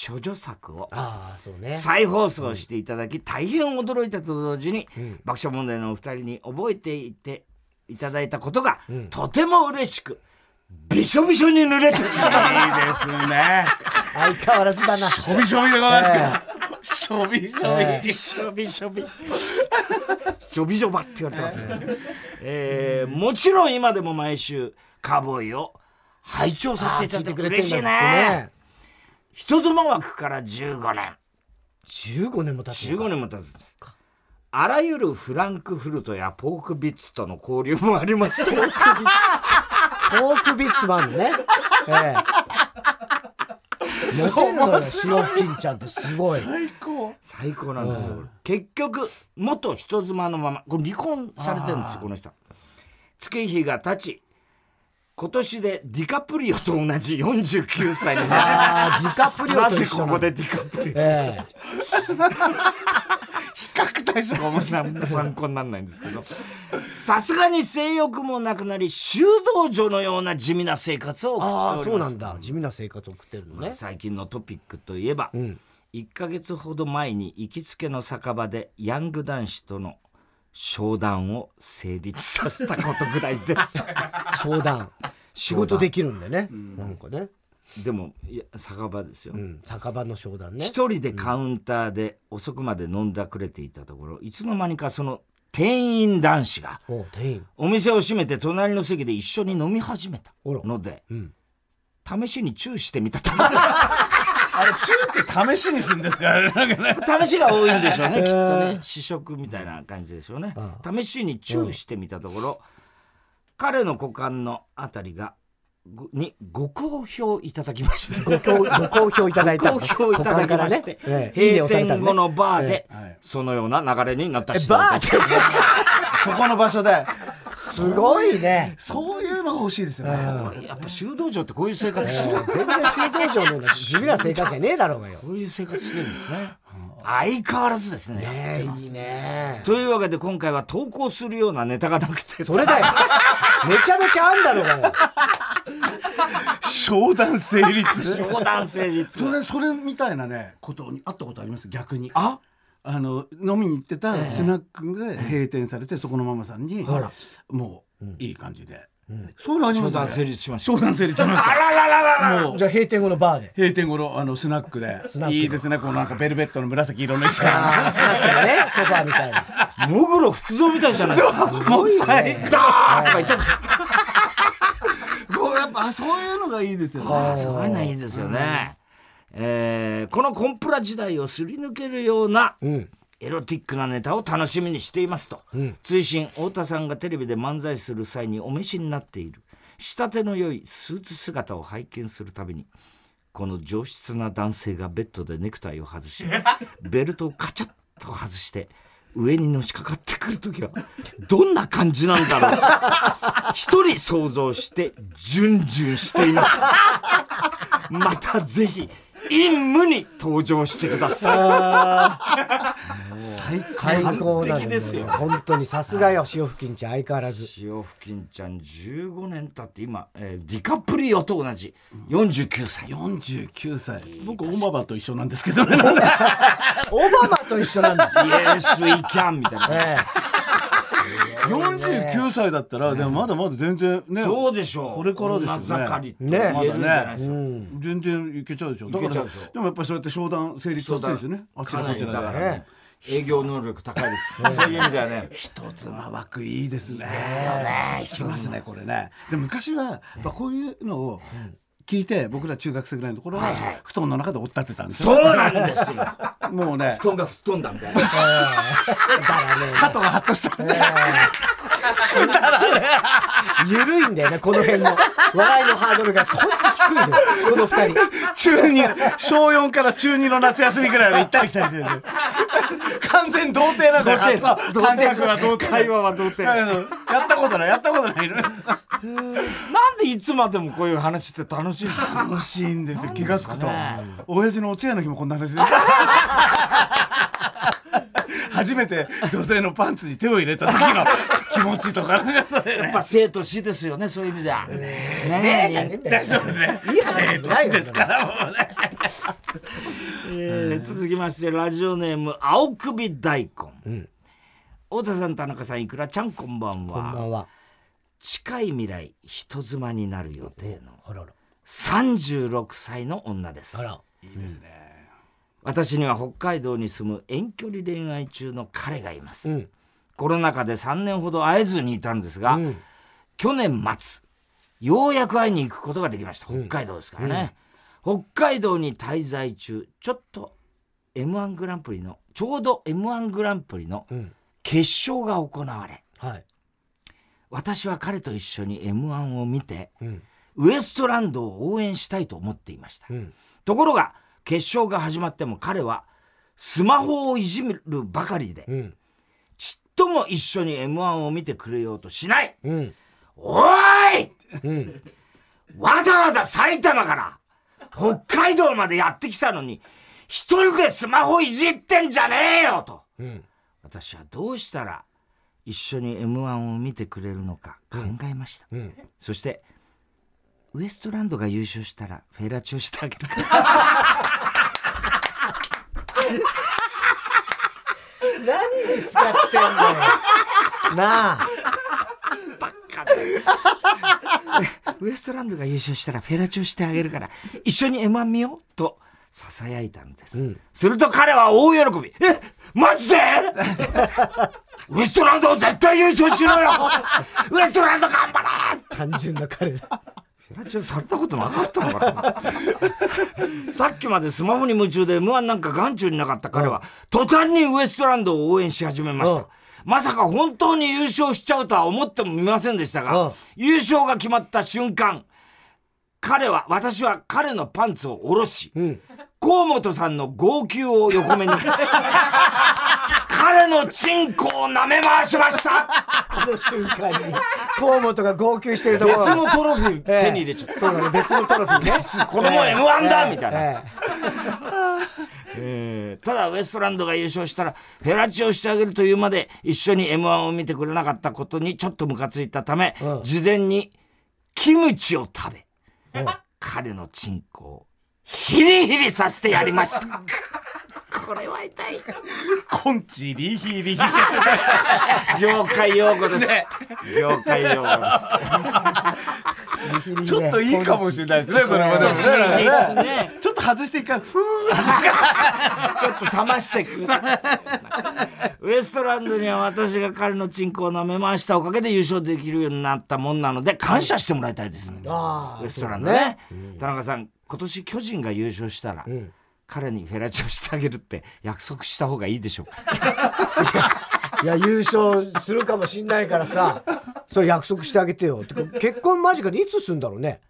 [SPEAKER 3] 処女作を
[SPEAKER 1] ああ、そうね。
[SPEAKER 3] 再放送していただき、大変驚いたと同時に、爆笑問題のお二人に覚えていていただいたことが、とても嬉しく、びしょびしょに濡れてしまいました
[SPEAKER 2] いいですね。
[SPEAKER 1] 相変わらずだな。
[SPEAKER 2] 飛びしょびでございますか。しょびしょび。
[SPEAKER 3] びしょびしょび。しょびしょばって言われてますね。えーもちろん今でも毎週、カーボーイを拝聴させていただいて嬉しいね。。人妻枠から15年。
[SPEAKER 1] 15年も経ってる
[SPEAKER 3] 15年も経つんです。あらゆるフランクフルトやポークビッツとの交流もありま して、
[SPEAKER 1] ポークビッツマンね。ええ。モテるのよ、シオキンちゃんってすごい。
[SPEAKER 2] 最高。
[SPEAKER 3] 最高なんですよ、これ結局元人妻のままこれ離婚されてるんですよこの人月日が経ち今年でディカプリオと同じ49歳にな
[SPEAKER 1] ああ、ディカプ
[SPEAKER 3] る
[SPEAKER 1] リオ
[SPEAKER 3] な
[SPEAKER 1] と
[SPEAKER 3] ぜ
[SPEAKER 1] 一緒
[SPEAKER 3] こ
[SPEAKER 1] な
[SPEAKER 3] こ
[SPEAKER 1] んだ。
[SPEAKER 3] でディカプリ
[SPEAKER 1] ええ。
[SPEAKER 2] 各対象が面白い。
[SPEAKER 3] オ参考にならないんですけどさすがに性欲もなくなり修道女のような地味な生活を送
[SPEAKER 1] ああ、
[SPEAKER 3] って
[SPEAKER 1] そ
[SPEAKER 3] お
[SPEAKER 1] う
[SPEAKER 3] りま
[SPEAKER 1] な
[SPEAKER 3] す
[SPEAKER 1] んだ。地味な生活を送ってるのね。
[SPEAKER 3] 最近のトピックといえば、1ヶ月ほど前に行きつけの酒場でヤング男子との商談を成立させたことぐらいです
[SPEAKER 1] 商談。仕事できるんでね。なんかね。
[SPEAKER 3] でもいや酒場ですよ
[SPEAKER 1] うん。酒場の商談ね。
[SPEAKER 3] 一、人でカウンターで遅くまで飲んだくれていたところいつの間にかその店員男子が
[SPEAKER 1] おう店員。
[SPEAKER 3] お店を閉めて隣の席で一緒に飲み始めた
[SPEAKER 1] あら
[SPEAKER 3] ので、
[SPEAKER 1] ん
[SPEAKER 3] 試しにチューしてみたと
[SPEAKER 2] あれ、チューって試しにするんですかあれなんかね。
[SPEAKER 3] 試しが多いんでしょ うね、きっとね。試食みたいな感じでしょうね。試しにチューしてみたところ、彼の股間のあたりが、ごにご好評いただきまして。
[SPEAKER 1] ご好ご好評いただいたの。
[SPEAKER 3] 好評いただきまして、
[SPEAKER 1] 股間からねええいいね
[SPEAKER 3] 閉
[SPEAKER 1] 押された
[SPEAKER 3] 店後のバーで、
[SPEAKER 2] ええはい
[SPEAKER 3] そのような流れになった
[SPEAKER 1] え
[SPEAKER 3] 次
[SPEAKER 1] バ
[SPEAKER 3] 第です。
[SPEAKER 1] ーって
[SPEAKER 2] そこの場所で。
[SPEAKER 1] すごいね。
[SPEAKER 2] そういうの欲しいですよね。
[SPEAKER 3] やっぱ修道場ってこういう生活してる。
[SPEAKER 1] 全然修道場のような地味な生活じゃねえだろうがよ。
[SPEAKER 3] こういう生活してるんですね。相変わらずですね。
[SPEAKER 1] ええ、いいね。
[SPEAKER 3] というわけで今回は投稿するようなネタがなくて。
[SPEAKER 1] それだよ。めちゃめちゃあんだろうがよ。
[SPEAKER 2] 商談成立。
[SPEAKER 3] 商談成立
[SPEAKER 2] そ。れ、それみたいなね、ことにあったことあります逆に。
[SPEAKER 3] あ
[SPEAKER 2] あの飲みに行ってたスナックで閉店されてそこのママさんにもういい感じでそういうのあります
[SPEAKER 3] 商
[SPEAKER 2] ね
[SPEAKER 3] 談成立しました。
[SPEAKER 2] 商談成立しまし
[SPEAKER 3] あららららら
[SPEAKER 2] たもう
[SPEAKER 1] じゃあ閉店後のバーで。
[SPEAKER 2] 閉店後のあのスナックで
[SPEAKER 1] ナックで
[SPEAKER 2] いいですねこのなんかベルベットの紫色の椅子
[SPEAKER 1] あ
[SPEAKER 2] が
[SPEAKER 1] あ、ね、ソファーみたいな。
[SPEAKER 3] もぐろ福蔵みたいじゃないですか。 もう最高とか言ったんですよ
[SPEAKER 2] こうやっぱそういうのがいいですよね
[SPEAKER 3] あーそういうのいいですよね。えーこのコンプラ時代をすり抜けるようなエロティックなネタを楽しみにしていますと、追伸太田さんがテレビで漫才する際にお召しになっている仕立ての良いスーツ姿を拝見するたびにこの上質な男性がベッドでネクタイを外 し、ベルトをカチャッと外して、上にのしかかってくるときは、どんな感じなんだろうと一人想像して、ジュンジュンしています。またぜひ、陰夢に登場してください。
[SPEAKER 4] 最
[SPEAKER 1] 最高だ
[SPEAKER 3] 完璧ですよ
[SPEAKER 1] 本当にさすがよ塩吹きんちゃん相変わらず
[SPEAKER 3] 塩ふきんちゃん15年経って今、えーディカプリオと同じ49歳。
[SPEAKER 2] 49歳僕オマバと一緒なんですけどね
[SPEAKER 1] オバマと一緒なんだ
[SPEAKER 3] Yes, we can! みたいな。
[SPEAKER 1] え
[SPEAKER 2] 49歳だったら、でもまだまだ全然ね
[SPEAKER 3] そうでしょう。
[SPEAKER 2] これからですよね
[SPEAKER 3] 女盛りって
[SPEAKER 1] ね
[SPEAKER 3] 言えるんじゃないですか。
[SPEAKER 2] 全然いけちゃうでしょだから
[SPEAKER 3] いけちゃうでしょ
[SPEAKER 2] でもやっぱりそうやって商談成立してるんですよねあち
[SPEAKER 3] からな
[SPEAKER 2] こ
[SPEAKER 3] り
[SPEAKER 2] ち
[SPEAKER 3] だから
[SPEAKER 2] らで
[SPEAKER 3] ね。営業能力高いです。そういう意味ではね。
[SPEAKER 2] 一つまばくいいですねですよねきますねこれねでも昔はやっぱこういうのを聞いて僕ら中学生ぐらいの頃は布団の中で追っ立てたんですよ
[SPEAKER 3] そうなんですよ。
[SPEAKER 2] もう ね
[SPEAKER 3] 布団が吹っ飛んだみたいな。
[SPEAKER 2] ハトがハッとしたみたいな
[SPEAKER 1] えゆるいんだよねこの辺の笑いのハードルが本当低いのよこの二人
[SPEAKER 2] 中二小4から中2の夏休みぐらいは行ったり来たりしてるんですよ完全童貞なんだよあそう感覚は童貞
[SPEAKER 3] 会話は童貞。な
[SPEAKER 2] うんやったことないやったことないの
[SPEAKER 3] んでいつまでもこういう話って楽しいんだろう
[SPEAKER 2] 楽しいんですよ気が
[SPEAKER 3] で
[SPEAKER 2] つ
[SPEAKER 3] す
[SPEAKER 2] く
[SPEAKER 3] かね
[SPEAKER 2] と親父のお通夜の日もこんな話です 初めて女性のパンツに手を入れた時の気持ちとかなんかそれ
[SPEAKER 3] や
[SPEAKER 2] ね
[SPEAKER 3] っぱ生と死ですよね、そういう意味では。ねえ
[SPEAKER 1] じゃねえんだよ
[SPEAKER 2] そうね
[SPEAKER 1] いい話じゃないよ
[SPEAKER 2] ですからもうね
[SPEAKER 3] えー続きましてラジオネーム青首大根、太田さん田中さんいくらちゃんこんばんは
[SPEAKER 1] こんばんは
[SPEAKER 3] 近い未来人妻になる予定の
[SPEAKER 1] あらら
[SPEAKER 3] 36歳の女です
[SPEAKER 1] あら
[SPEAKER 3] 私には北海道に住む遠距離恋愛中の彼がいます、
[SPEAKER 1] うん
[SPEAKER 3] コロナ禍で3年ほど会えずにいたんですが、去年末ようやく会いに行くことができました北海道ですからね、北海道に滞在中ちょっと m 1グランプリのちょうど m 1グランプリの
[SPEAKER 1] ん
[SPEAKER 3] 決勝が行われ
[SPEAKER 1] はい
[SPEAKER 3] 私は彼と一緒に m 1を見て、
[SPEAKER 1] ん
[SPEAKER 3] ウエストランドを応援したいと思っていました、
[SPEAKER 1] ん
[SPEAKER 3] ところが決勝が始まっても彼はスマホをいじるばかりで、
[SPEAKER 1] うん
[SPEAKER 3] ちっとも一緒に m 1を見てくれようとしない
[SPEAKER 1] うん
[SPEAKER 3] おーい
[SPEAKER 1] うん
[SPEAKER 3] わざわざ埼玉から北海道までやってきたのに、一人でスマホいじってんじゃねえよと。
[SPEAKER 1] うん
[SPEAKER 3] 私はどうしたら一緒に M1 を見てくれるのか考えました。
[SPEAKER 1] うん
[SPEAKER 3] そして、ウエストランドが優勝したらフェラチオしてあげるから。
[SPEAKER 1] 何に使ってんだよなあ
[SPEAKER 3] ウエストランドが優勝したらフェラチオしてあげるから、一緒に M1 見ようと囁いたんです。すると彼は大喜び。えマジで ウエストランド絶対優勝しろよウエストランド頑張れ
[SPEAKER 1] 単純な彼だ
[SPEAKER 3] フェラチオされたことなかったのかな さっきまでスマホに夢中で M1 なんか眼中になかった彼は、途端にウエストランドを応援し始めまし
[SPEAKER 1] うん
[SPEAKER 3] た。まさか本当に優勝しちゃうとは思ってもみませんでした
[SPEAKER 1] うん
[SPEAKER 3] が、優勝が決まった瞬間、彼は、私は彼のパンツを下ろし、河本さんの号泣を横目に、彼のチンコを舐め回しま した
[SPEAKER 1] あの瞬間に河本が号泣してるところ
[SPEAKER 3] 別のトロフィー
[SPEAKER 1] ええ
[SPEAKER 3] 手に入れちゃった。
[SPEAKER 1] そうだね別のトロフィーね
[SPEAKER 3] 子供 M1 だみたいな。
[SPEAKER 1] え
[SPEAKER 3] えーただウエストランドが優勝したらフェラチオしてあげるというまで一緒に m 1を見てくれなかったことにちょっとムカついたため、
[SPEAKER 1] うん
[SPEAKER 3] 事前にキムチを食べ、彼のチンコをヒリヒリさせてやりました これは痛い
[SPEAKER 2] コンチリヒリヒ
[SPEAKER 3] 業界用語です、業界用語です
[SPEAKER 1] えヒリヒリね
[SPEAKER 2] ちょっといいかもしれないですねそれはでも
[SPEAKER 3] そう
[SPEAKER 2] ね
[SPEAKER 3] ですね
[SPEAKER 2] ちょっと外して一回ふー
[SPEAKER 3] ちょっと冷ましてくれウエストランドには私が彼のチンコを舐め回したおかげで優勝できるようになったもんなので感謝してもらいたいですね、
[SPEAKER 1] ああ
[SPEAKER 3] ウエストランドね田中さん今年巨人が優勝したら、彼にフェラチオしてあげるって約束した方がいいでしょうか
[SPEAKER 1] いや優勝するかもしんないからさそれ約束してあげてよてか結婚間近でいつすんだろうね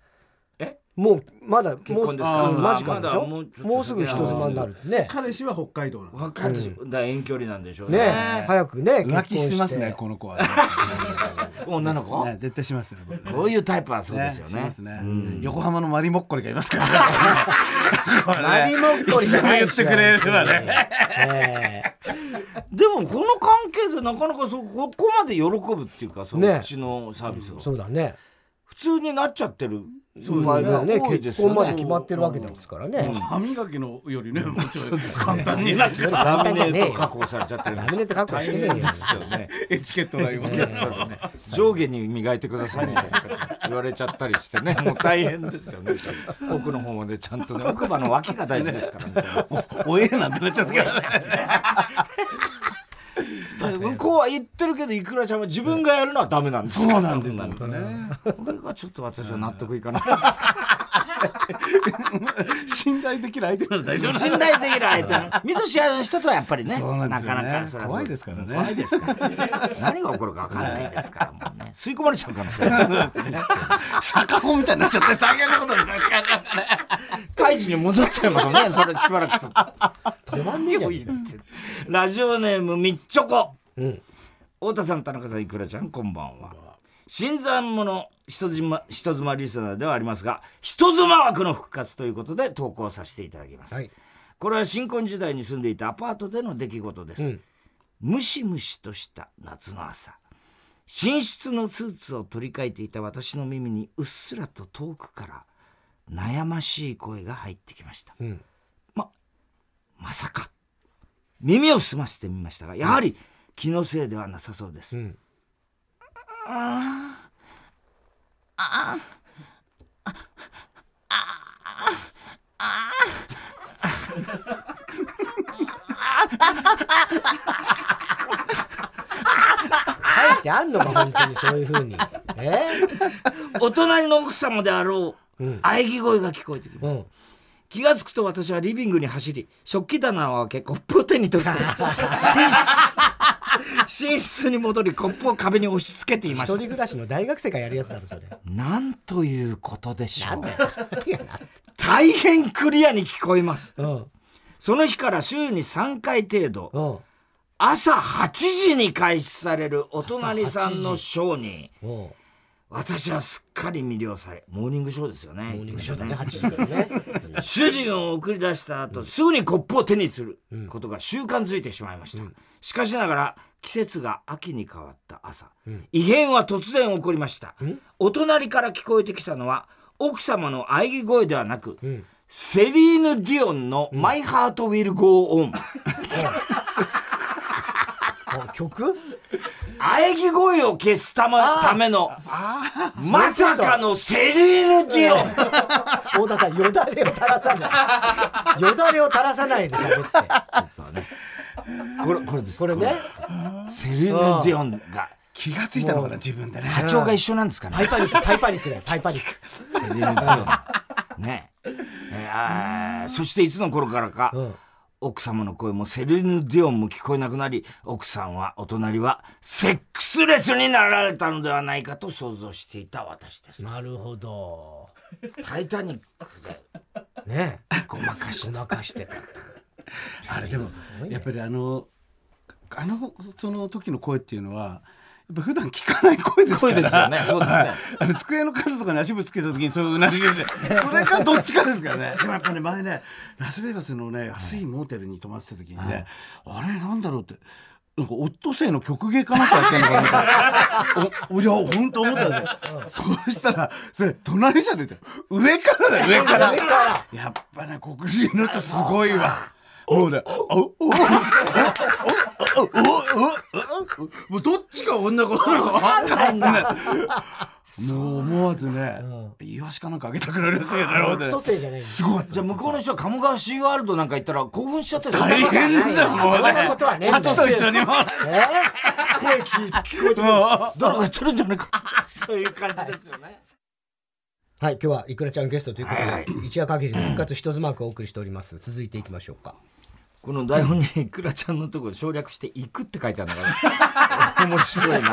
[SPEAKER 3] え
[SPEAKER 1] もうまだ結
[SPEAKER 3] 婚ですか
[SPEAKER 1] マジか
[SPEAKER 3] ま
[SPEAKER 1] で
[SPEAKER 3] だ
[SPEAKER 1] しょ
[SPEAKER 3] も
[SPEAKER 1] も
[SPEAKER 3] うちょっと
[SPEAKER 1] うすぐ人妻になるね
[SPEAKER 2] 彼氏は北海道なの
[SPEAKER 3] 分かるし、だから遠距離なんでしょう
[SPEAKER 1] ね
[SPEAKER 3] ね
[SPEAKER 1] 早くね結
[SPEAKER 2] 浮
[SPEAKER 1] 婚
[SPEAKER 2] 気してますねこの 子は、ね
[SPEAKER 3] 女の子、
[SPEAKER 2] ね絶対しますよね僕
[SPEAKER 3] こういうタイプはそう
[SPEAKER 2] ね
[SPEAKER 3] ですよ
[SPEAKER 2] し
[SPEAKER 3] ね
[SPEAKER 2] ますね横浜のマリモッコリがい ますから、これね
[SPEAKER 1] マリモッコリ
[SPEAKER 2] い
[SPEAKER 1] じゃ
[SPEAKER 2] つも
[SPEAKER 1] ない
[SPEAKER 2] 言
[SPEAKER 1] です
[SPEAKER 2] って
[SPEAKER 1] よ
[SPEAKER 2] くれればね
[SPEAKER 3] でもこの関係でなかなかそここまで喜ぶっていうかその
[SPEAKER 1] ね
[SPEAKER 3] うちのサービスを、
[SPEAKER 1] そうだね
[SPEAKER 3] 普通になっちゃってる場合
[SPEAKER 1] まあ
[SPEAKER 3] が
[SPEAKER 1] ね
[SPEAKER 3] 多いで
[SPEAKER 1] 結
[SPEAKER 3] すよ
[SPEAKER 1] 婚
[SPEAKER 3] ね
[SPEAKER 1] まで決まってるわけですからね
[SPEAKER 2] 歯磨きのよりねもうちょい簡単になんか
[SPEAKER 3] ラ
[SPEAKER 1] ラ
[SPEAKER 3] ミ
[SPEAKER 1] ミネ
[SPEAKER 3] ネ
[SPEAKER 1] ート
[SPEAKER 3] ート加
[SPEAKER 1] 加工
[SPEAKER 3] 工されちゃってるん
[SPEAKER 1] ラ
[SPEAKER 3] です
[SPEAKER 1] ミネート確保してねえよ
[SPEAKER 3] ですよね
[SPEAKER 2] エチケットが今
[SPEAKER 3] 上下に磨いてくださいみたいな言われちゃったりして ねもう大変ですよね奥の方までちゃんとね奥歯の脇が大事ですからみたい な
[SPEAKER 2] おえなんてなっちゃったけどね
[SPEAKER 3] だから向こうは言ってるけどいくらちゃんは自分がやるのはダメなんです
[SPEAKER 2] そうなんですよ
[SPEAKER 3] これがちょっと私は納得い かないです
[SPEAKER 2] 信頼できる相手なら大丈夫
[SPEAKER 3] 信頼できる相手の 見ず知らずの人とはやっぱりね
[SPEAKER 2] そうなん
[SPEAKER 3] な
[SPEAKER 2] ですよ
[SPEAKER 3] か
[SPEAKER 2] ね
[SPEAKER 3] なかそれはそう
[SPEAKER 2] 怖いですからね
[SPEAKER 3] 怖いで すから何が起こるか分からないですからもうね吸い込まれちゃうかもしれない
[SPEAKER 2] 逆子みたいになっちゃって大変なことになっちゃう
[SPEAKER 3] 胎児に戻っちゃいますよねそれしばらくすると
[SPEAKER 1] 止まんねえじゃん
[SPEAKER 3] ラジオネームみっちょこ、太田さん田中さんいくらちゃんこんばんは新参者人妻人妻リスナーではありますが人妻枠の復活ということで投稿させていただきます、
[SPEAKER 1] はい
[SPEAKER 3] これは新婚時代に住んでいたアパートでの出来事です、ムシムシとした夏の朝寝室のスーツを取り替えていた私の耳にうっすらと遠くから悩ましい声が入ってきました、ままさか耳を澄ませてみましたがやはり気のせいではなさそうです、
[SPEAKER 1] 書いてあんのか本当にそういうふうにえ
[SPEAKER 3] お隣の奥様であろう喘ぎ声が聞こえてきます、
[SPEAKER 1] うん
[SPEAKER 3] 気がつくと私はリビングに走り食器棚を開けコップを手 に取って寝室寝室に戻りコップを壁に押し付けていま
[SPEAKER 1] 一
[SPEAKER 3] し
[SPEAKER 1] 人
[SPEAKER 3] た
[SPEAKER 1] 暮らしの大学生がやるやつだろそれ
[SPEAKER 3] なんということでしょう
[SPEAKER 1] いやな
[SPEAKER 3] 大変クリアに聞こえます
[SPEAKER 1] うん
[SPEAKER 3] その日から週に3回程度
[SPEAKER 1] うん
[SPEAKER 3] 朝8時に開始されるお隣さんのショーに
[SPEAKER 1] うん
[SPEAKER 3] 私はすっかり魅了されモーニングショーですよね
[SPEAKER 1] モーニングショーだね8時からね
[SPEAKER 3] 主人を送り出した後、すぐにコップを手にすることが習慣づいてしまいました、しかしながら季節が秋に変わった朝、異変は突然起こりました、お隣から聞こえてきたのは奥様の喘ぎ声ではなく、セリーヌ・ディオンの「マイ・ハート・ウィル・ゴー・オン」
[SPEAKER 1] あ曲
[SPEAKER 3] 喘ぎ声を消すた,、ま、ためのまさかのセリーヌ・ディオン
[SPEAKER 1] 太田さんよだれを垂らさないよだれを垂らさないで喋って
[SPEAKER 3] これこれです
[SPEAKER 1] これね
[SPEAKER 3] セリーヌ・ディオンが
[SPEAKER 2] 気がついたのかな自分でね
[SPEAKER 3] 波長が一緒なんですかね
[SPEAKER 1] パイパニックパイパニックだよパイパニック
[SPEAKER 3] セリーヌ・ディオンねえーあーそしていつの頃からか、
[SPEAKER 1] うん
[SPEAKER 3] 奥様の声もセリーヌ・ディオンも聞こえなくなり奥さんはお隣はセックスレスになられたのではないかと想像していた私です
[SPEAKER 1] なるほど
[SPEAKER 3] 「タイタニック」で
[SPEAKER 1] ね
[SPEAKER 3] ごまかし
[SPEAKER 1] ご
[SPEAKER 3] た
[SPEAKER 1] まかしてた
[SPEAKER 2] あれでもやっぱりあのあのその時の声っていうのはやっぱ普段聞かない声ですから
[SPEAKER 3] 声ですよ ねそうですね
[SPEAKER 2] はいあの机の数とかに足ぶつけた時にそれをうなり出てそれかどっちかです からねでもやっぱね前ねラスベガスのね安いモーテルに泊まってた時にね、あれなんだろうってなんかオットセイの曲芸かなんかやってんのかなとおおいや本当思ったんだよ、そうしたらそれ隣じゃねえんだよ上からだよ上から
[SPEAKER 1] 上から
[SPEAKER 2] やっぱね黒人の人すごいわもうねおおおおおおもうどっちが女子なのか分かんないもう思わずね、イワシかなんかあげたくなりましたけどなるほどね
[SPEAKER 1] 都政じゃない
[SPEAKER 2] すごかった
[SPEAKER 3] じゃあ向こうの人は鴨川シーワールドなんか行ったら興奮しちゃって
[SPEAKER 2] 大変じゃんもう
[SPEAKER 1] そんなことは
[SPEAKER 2] ね
[SPEAKER 1] ね
[SPEAKER 2] シャチと一緒にも
[SPEAKER 1] え
[SPEAKER 3] 声聞聞こえてくる誰かやってるんじゃないか そういう感じですよね
[SPEAKER 1] はい今日はいくらちゃんゲストということで、一夜限りの復活一つマークをお送りしております続いていきましょうか
[SPEAKER 3] この台本にいくらちゃんのとこ省略して「行く」って書いてあるのが 面白いな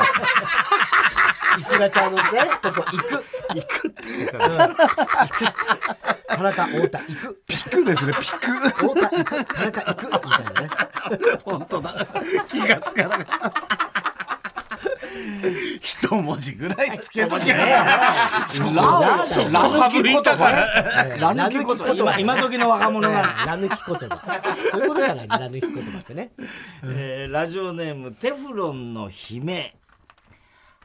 [SPEAKER 3] い
[SPEAKER 1] くらちゃんのねとこ行く
[SPEAKER 3] 行くって言ったら、
[SPEAKER 1] 田中太田行く
[SPEAKER 2] ピクですね、ピク。
[SPEAKER 1] 太田行く田中行くみたいなね
[SPEAKER 2] 本当だ。気がつかなかった。一文字ぐらいつけときゃ
[SPEAKER 3] ラオラ
[SPEAKER 2] ラブ
[SPEAKER 3] ブキ
[SPEAKER 2] リ
[SPEAKER 3] 言
[SPEAKER 2] ー
[SPEAKER 3] 葉
[SPEAKER 2] とかね。
[SPEAKER 3] ラヌキ言葉今今時の若者が、
[SPEAKER 1] ラ抜き言葉そういうことじゃないラ抜き言葉ってね
[SPEAKER 3] えーラジオネームテフロンの悲鳴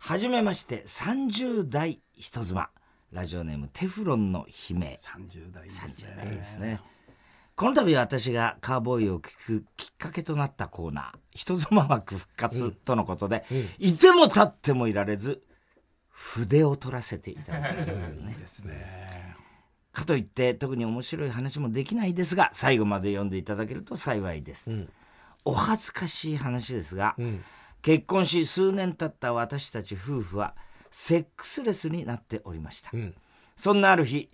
[SPEAKER 3] はじめまして30代人妻ラジオネームテフロンの悲鳴
[SPEAKER 2] 30代です
[SPEAKER 3] 30
[SPEAKER 2] ね。
[SPEAKER 3] 代ですねこの度私がカーボーイを聞くきっかけとなったコーナー「人妻枠復活」とのことで、いても立ってもいられず筆を取らせていただきましたけどね
[SPEAKER 2] ですね。
[SPEAKER 3] かといって特に面白い話もできないですが最後まで読んでいただけると幸いです、お恥ずかしい話ですが、結婚し数年経った私たち夫婦はセックスレスになっておりました、そんなある日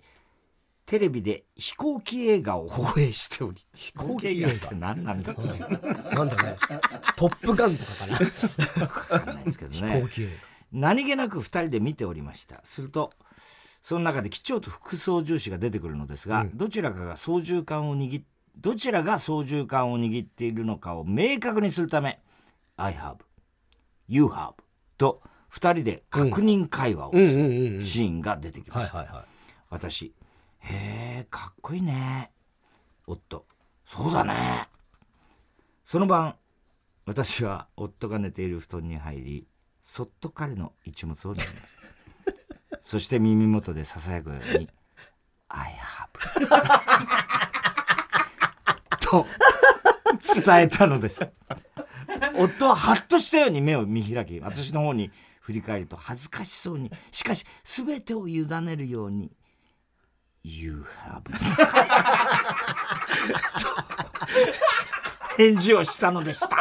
[SPEAKER 3] テレビで飛行機映画を放映しており飛行機映画って何なんだっていう
[SPEAKER 1] なんだろうねトップガンとかかな
[SPEAKER 3] わかんないですけどね
[SPEAKER 1] 高級
[SPEAKER 3] 何気なく2人で見ておりましたするとその中で機長と副操縦士が出てくるのですが、どちらかが操縦桿を握っどちらが操縦桿を握っているのかを明確にするため「I have」「You have」と2人で確認会話をす
[SPEAKER 1] うんうんうんう
[SPEAKER 3] る
[SPEAKER 1] ん
[SPEAKER 3] シーンが出てきま
[SPEAKER 1] はい
[SPEAKER 3] した
[SPEAKER 1] はいは
[SPEAKER 3] 私「へえかっこいいね」夫「そうだね」その晩私は夫が寝ている布団に入りそっと彼の一物を飲みますそして耳元でささやくように「I have」と伝えたのです夫はハッとしたように目を見開き私の方に振り返ると恥ずかしそうにしかし全てを委ねるように「You have」と返事をしたのでした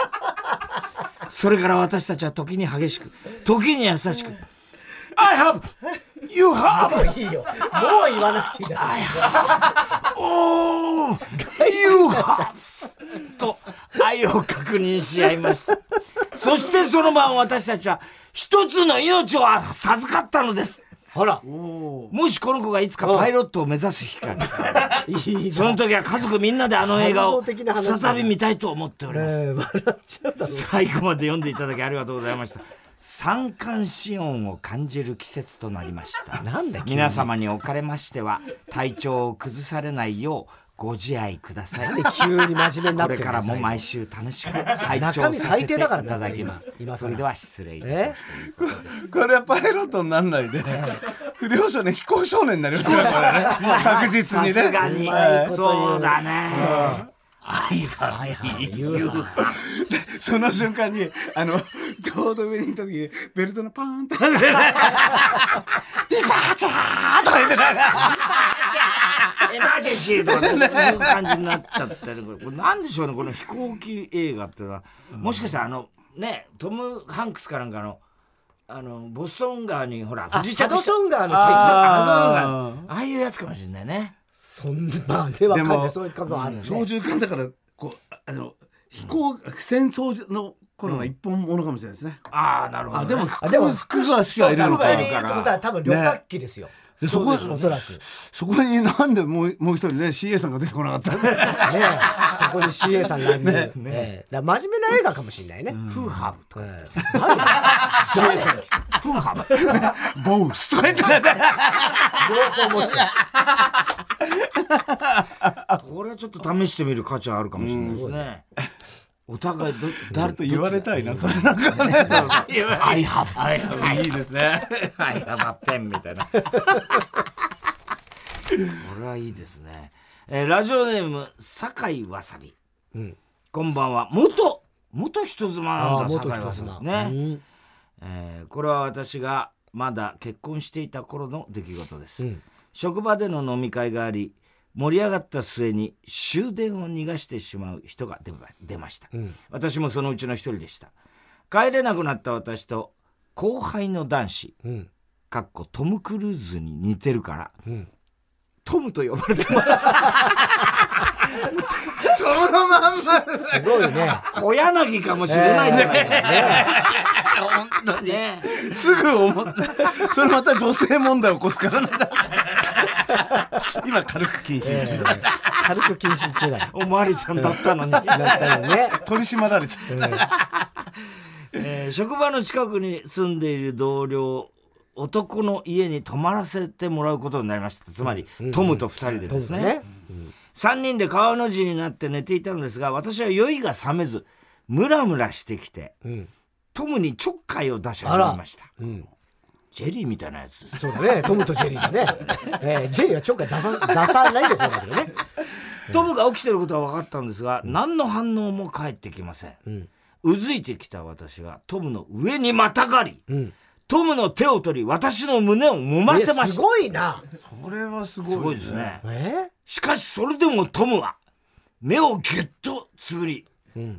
[SPEAKER 3] それから私たちは時に激しく時に優しく「I have」「You have」
[SPEAKER 1] いいいよもう言わなくていいだ
[SPEAKER 3] おーユーハと愛を確認し合いましたそしてその晩私たちは一つの命を授かったのです
[SPEAKER 1] ろあら
[SPEAKER 3] もしこの子がいつかパイロットを目指す日が来たらその時は家族みんなであの映画
[SPEAKER 1] 感
[SPEAKER 3] を
[SPEAKER 1] 動的な話だね
[SPEAKER 3] 再び見たいと思っております、
[SPEAKER 1] えー笑っちゃった
[SPEAKER 3] 最後まで読んでいただきありがとうございました三寒四温を感じる季節となりました
[SPEAKER 1] なんだ急に
[SPEAKER 3] 皆様におかれましては体調を崩されないようご自愛ください
[SPEAKER 1] 急に真面目にな
[SPEAKER 3] こ
[SPEAKER 1] って
[SPEAKER 3] れ
[SPEAKER 1] る
[SPEAKER 3] からも毎週楽しく拝
[SPEAKER 1] 中
[SPEAKER 3] 聴
[SPEAKER 1] 身
[SPEAKER 3] さ
[SPEAKER 1] 最
[SPEAKER 3] せて
[SPEAKER 1] 低
[SPEAKER 3] い
[SPEAKER 1] だからね
[SPEAKER 3] ただきます
[SPEAKER 1] 今更
[SPEAKER 3] それでは失礼いたし
[SPEAKER 1] え
[SPEAKER 2] これはパイロットにならないで、不良少年、飛行少年になりますね。確
[SPEAKER 3] ます
[SPEAKER 2] 実
[SPEAKER 3] さ
[SPEAKER 2] にね。
[SPEAKER 3] すがに
[SPEAKER 1] はい
[SPEAKER 3] そうだね愛が言う
[SPEAKER 2] その瞬間に、あの、ちょうど上にいた時に、ベルトのパーンって、デパーチャーとか言ってない。
[SPEAKER 3] エマージェンシーとかね、そういう感じになっちゃってる。これ、これなんでしょうね、この飛行機映画っていうのは。もしかしたら、あの、ね、トム・ハンクスかなんかの、あの、ボストン川に、ほら、不時着した。
[SPEAKER 1] ハドソン川の
[SPEAKER 2] あ
[SPEAKER 3] あ
[SPEAKER 2] ー
[SPEAKER 3] ハドソン川ああいうやつかもしれないね。
[SPEAKER 1] そんなではかんな
[SPEAKER 2] でも
[SPEAKER 1] いそういうことあるよね
[SPEAKER 2] 操縦桿だから、こう、あの、飛行、戦争の頃の一本ものかもしれないですね。
[SPEAKER 3] ああ、なるほど、
[SPEAKER 2] あ、
[SPEAKER 3] ね。
[SPEAKER 2] でも、
[SPEAKER 1] あでも
[SPEAKER 2] 福がしかいるの
[SPEAKER 1] 僕
[SPEAKER 2] か
[SPEAKER 1] が。いるってことは多分旅客機ですよ
[SPEAKER 2] でそこ
[SPEAKER 1] そうですおそらく
[SPEAKER 2] そこになんでもうもう一人ね CA さんが出てこなかったんだよ
[SPEAKER 1] ねえそこに CA さん乱入ねえだから真面目な映画かもしれないね
[SPEAKER 3] フーハブとか。
[SPEAKER 1] ええ
[SPEAKER 3] CA さん来たフーハブ。
[SPEAKER 2] ボウスとか言ってなかった
[SPEAKER 1] 両方持っちゃう
[SPEAKER 3] これはちょっと試してみる価値はあるかもしれないですね。お互いど、誰
[SPEAKER 2] と言われたいなそれなんか
[SPEAKER 3] アイハブ。アイハブ。
[SPEAKER 2] いいですね
[SPEAKER 3] はい、ハマペンみたいな。これはいいですね。えーラジオネーム、酒井わさび。こんばんは。元、元人妻
[SPEAKER 1] あ
[SPEAKER 3] な
[SPEAKER 1] あ
[SPEAKER 3] んだ、
[SPEAKER 1] 元
[SPEAKER 3] 酒井
[SPEAKER 1] 人
[SPEAKER 3] わさ
[SPEAKER 1] 妻
[SPEAKER 3] び。ね。えーこれは私がまだ結婚していた頃の出来事です、職場での飲み会があり盛り上がった末に終電を逃がしてしまう人が出ま出ました、私もそのうちの一人でした帰れなくなった私と後輩の男子、かっこトム・クルーズに似てるから、トムと呼ばれてました
[SPEAKER 2] そのまんまです
[SPEAKER 1] すごいね
[SPEAKER 3] 小柳かもしれないじゃないかね、
[SPEAKER 2] 同当に、すぐ思ってそれまた女性問題起こすからね今軽く禁止中、
[SPEAKER 1] 軽く禁止中だよ。
[SPEAKER 3] おまわりさんだったの に。
[SPEAKER 1] だったよね。
[SPEAKER 2] 取り締まられちゃった、
[SPEAKER 3] えー職場の近くに住んでいる同僚男の家に泊まらせてもらうことになりましたつまり、トムと2人でですね,、
[SPEAKER 1] ね
[SPEAKER 3] 3人で川の字になって寝ていたのですが私は酔いが覚めずムラムラしてきて、トムにちょっかいを出し始めました、ジェリーみたいなやつです
[SPEAKER 1] そうだね。トムとジェリーだね。えージェリーはちょっかい出さ、出さないでほうだけどね。
[SPEAKER 3] トムが起きてることは分かったんですが、何の反応も返ってきません、うずいてきた私はトムの上にまたがり、トムの手を取り私の胸を揉ませま
[SPEAKER 1] え
[SPEAKER 3] し
[SPEAKER 1] す
[SPEAKER 3] た
[SPEAKER 1] ごいな。
[SPEAKER 2] これはすごい、
[SPEAKER 3] すごいですね
[SPEAKER 1] えー
[SPEAKER 3] しかしそれでもトムは目をぎゅっとつぶり、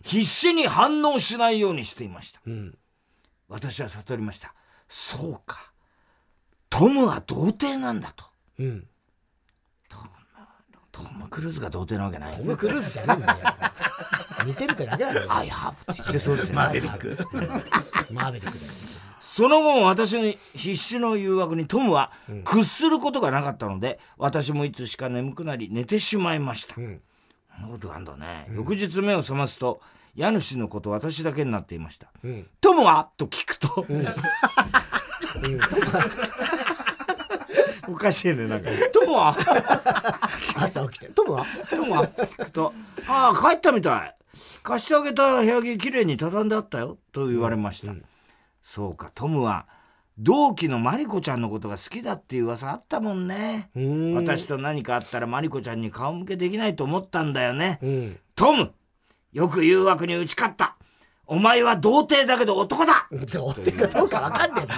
[SPEAKER 3] 必死に反応しないようにしていました、私は悟りましたそうかトムは童貞なんだと、
[SPEAKER 1] ん
[SPEAKER 3] トムトム・クルーズが童貞なわけない
[SPEAKER 1] トム・クルーズじゃねえんだよ。似てるってだけだよ。
[SPEAKER 3] アイハブって言ってそうですよね
[SPEAKER 1] マーベリックだよ。
[SPEAKER 3] その後も私の必死の誘惑にトムは屈することがなかったので、私もいつしか眠くなり寝てしまいました。そんなことがあんだね、翌日目を覚ますと、家主のこと私だけになっていました。トムはと聞くと、 おかしいね、なんか。トムは
[SPEAKER 1] 朝起きて。トムは
[SPEAKER 3] トムはと聞くと、ああ、帰ったみたい。貸してあげた部屋着きれいに畳んであったよ、と言われました。そうか、トムは、同期のマリコちゃんのことが好きだっていう噂あったもんね。私と何かあったらマリコちゃんに顔向けできないと思ったんだよね。トムよく誘惑に打ち勝ったお前は童貞だけど男だ
[SPEAKER 1] どうってかどうかわかんねえ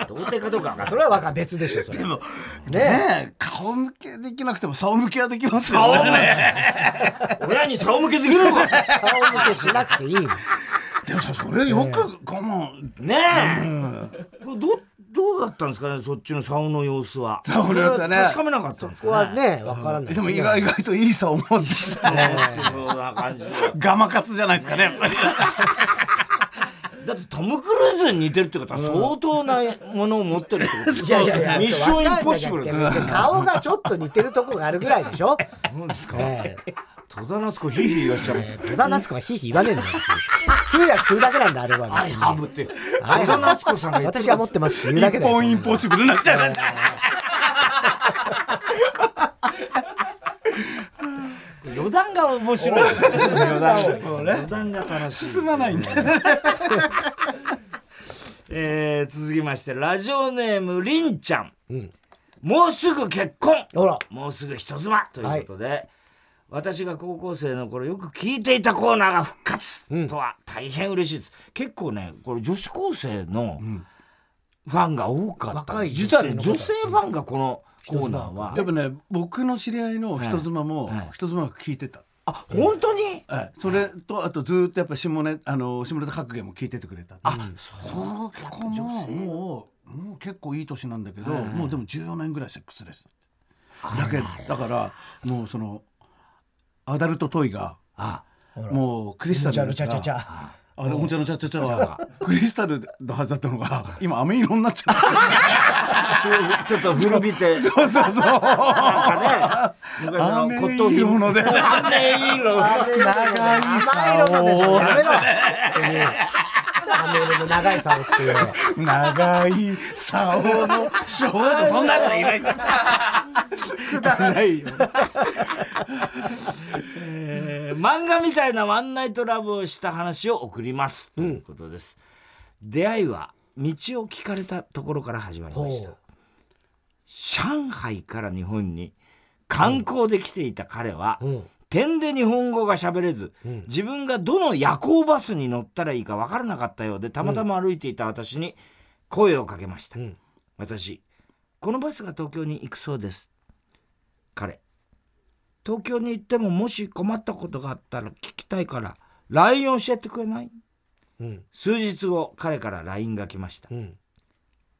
[SPEAKER 1] な。
[SPEAKER 3] 童貞かどうかわかんない
[SPEAKER 1] それはわかん別でしょ、それ。
[SPEAKER 2] も
[SPEAKER 1] ね
[SPEAKER 2] ねえ顔向けできなくても竿向けはできます
[SPEAKER 3] 顔
[SPEAKER 2] よ
[SPEAKER 3] 向
[SPEAKER 2] ね
[SPEAKER 3] け 親に顔向けすぎるのか
[SPEAKER 1] 顔向けしなくていいの。
[SPEAKER 2] でもさそれよく我慢
[SPEAKER 3] ねえ、どうどうだったんですかねそっちの竿の様子は
[SPEAKER 2] 竿の様子はね
[SPEAKER 3] それ確かめなかったんです
[SPEAKER 1] ここは
[SPEAKER 3] かね
[SPEAKER 1] ね、わからない。
[SPEAKER 2] でも意外意外といい竿持ってたね
[SPEAKER 3] ねそうな感じで
[SPEAKER 2] ガマ活じゃないですかねやっぱり
[SPEAKER 3] だってトム・クルーズに似てるってことは相当なものを持ってるってことです
[SPEAKER 1] いやいやいや、
[SPEAKER 3] ミッションインポッシブル
[SPEAKER 1] わか
[SPEAKER 3] です
[SPEAKER 1] んないだって顔がちょっと似てるとこがあるぐらいでし ょ。
[SPEAKER 3] そうですか
[SPEAKER 1] ええ
[SPEAKER 3] 戸田夏子ヒーヒー言わしちゃいます
[SPEAKER 1] 戸田夏子がひいひい言わねえんだよ。別に通訳するだけなんだ、あれは
[SPEAKER 3] アイ
[SPEAKER 1] 別に。
[SPEAKER 3] ハブって戸
[SPEAKER 1] はい
[SPEAKER 3] 田夏子さんが言ってる
[SPEAKER 1] 私が持ってますって言うだけ
[SPEAKER 2] 一
[SPEAKER 1] だよ。
[SPEAKER 2] 本インポッシブルになっちゃうね
[SPEAKER 3] 余談が面白い。余談が、余談が楽しい。
[SPEAKER 2] 進まないんだよ
[SPEAKER 3] えー続きまして、ラジオネーム、りんちゃん。もうすぐ結婚
[SPEAKER 1] ほら
[SPEAKER 3] もうすぐ人妻ということで、私が高校生の頃よく聞いていたコーナーが復活とは大変嬉しいです。結構ね、これ女子高生のファンが多かった。
[SPEAKER 1] 若い女性
[SPEAKER 3] 実はね、
[SPEAKER 1] の方
[SPEAKER 3] 女性ファンがこのコーナーは
[SPEAKER 2] で。もね僕の知り合いの人妻も
[SPEAKER 3] はい
[SPEAKER 2] 人妻を聞いてた
[SPEAKER 3] あ、本当に
[SPEAKER 2] はい、それとあとずーっとやっぱ下ネあの下ネタ格言も聞いててくれたあその子ももうもう結構いい年なんだけど、もうでも14年ぐらいセックスレスだけだからもうそのアダルトトイがもうクリスタル
[SPEAKER 1] じゃるちゃちゃちゃ。
[SPEAKER 2] あれおもちゃのチャチャチャはクリスタルのはずだったのが今飴色になっちゃっ
[SPEAKER 3] ちょっと古びて。
[SPEAKER 2] た そうそうそう
[SPEAKER 3] なんかね、昔あの
[SPEAKER 2] 飴
[SPEAKER 3] 骨董
[SPEAKER 2] 色
[SPEAKER 3] 品
[SPEAKER 2] ので
[SPEAKER 3] 飴色。
[SPEAKER 1] 長いさを。甘い色なんでしょ。やめろ。本当に雨色の長いさをっていう。
[SPEAKER 2] 長い竿の少女そんなのいないくだらないよ
[SPEAKER 3] えー漫画みたいなワンナイトラブをした話を送ります、ということです出会いは道を聞かれたところから始まりました
[SPEAKER 1] ほう
[SPEAKER 3] 上海から日本に観光で来ていた彼は、点で日本語が喋れず、自分がどの夜行バスに乗ったらいいか分からなかったようでたまたま歩いていた私に声をかけました、私このバスが東京に行くそうです彼東京に行ってももし困ったことがあったら聞きたいから LINE 教えてくれない、数日後彼から LINE が来ました、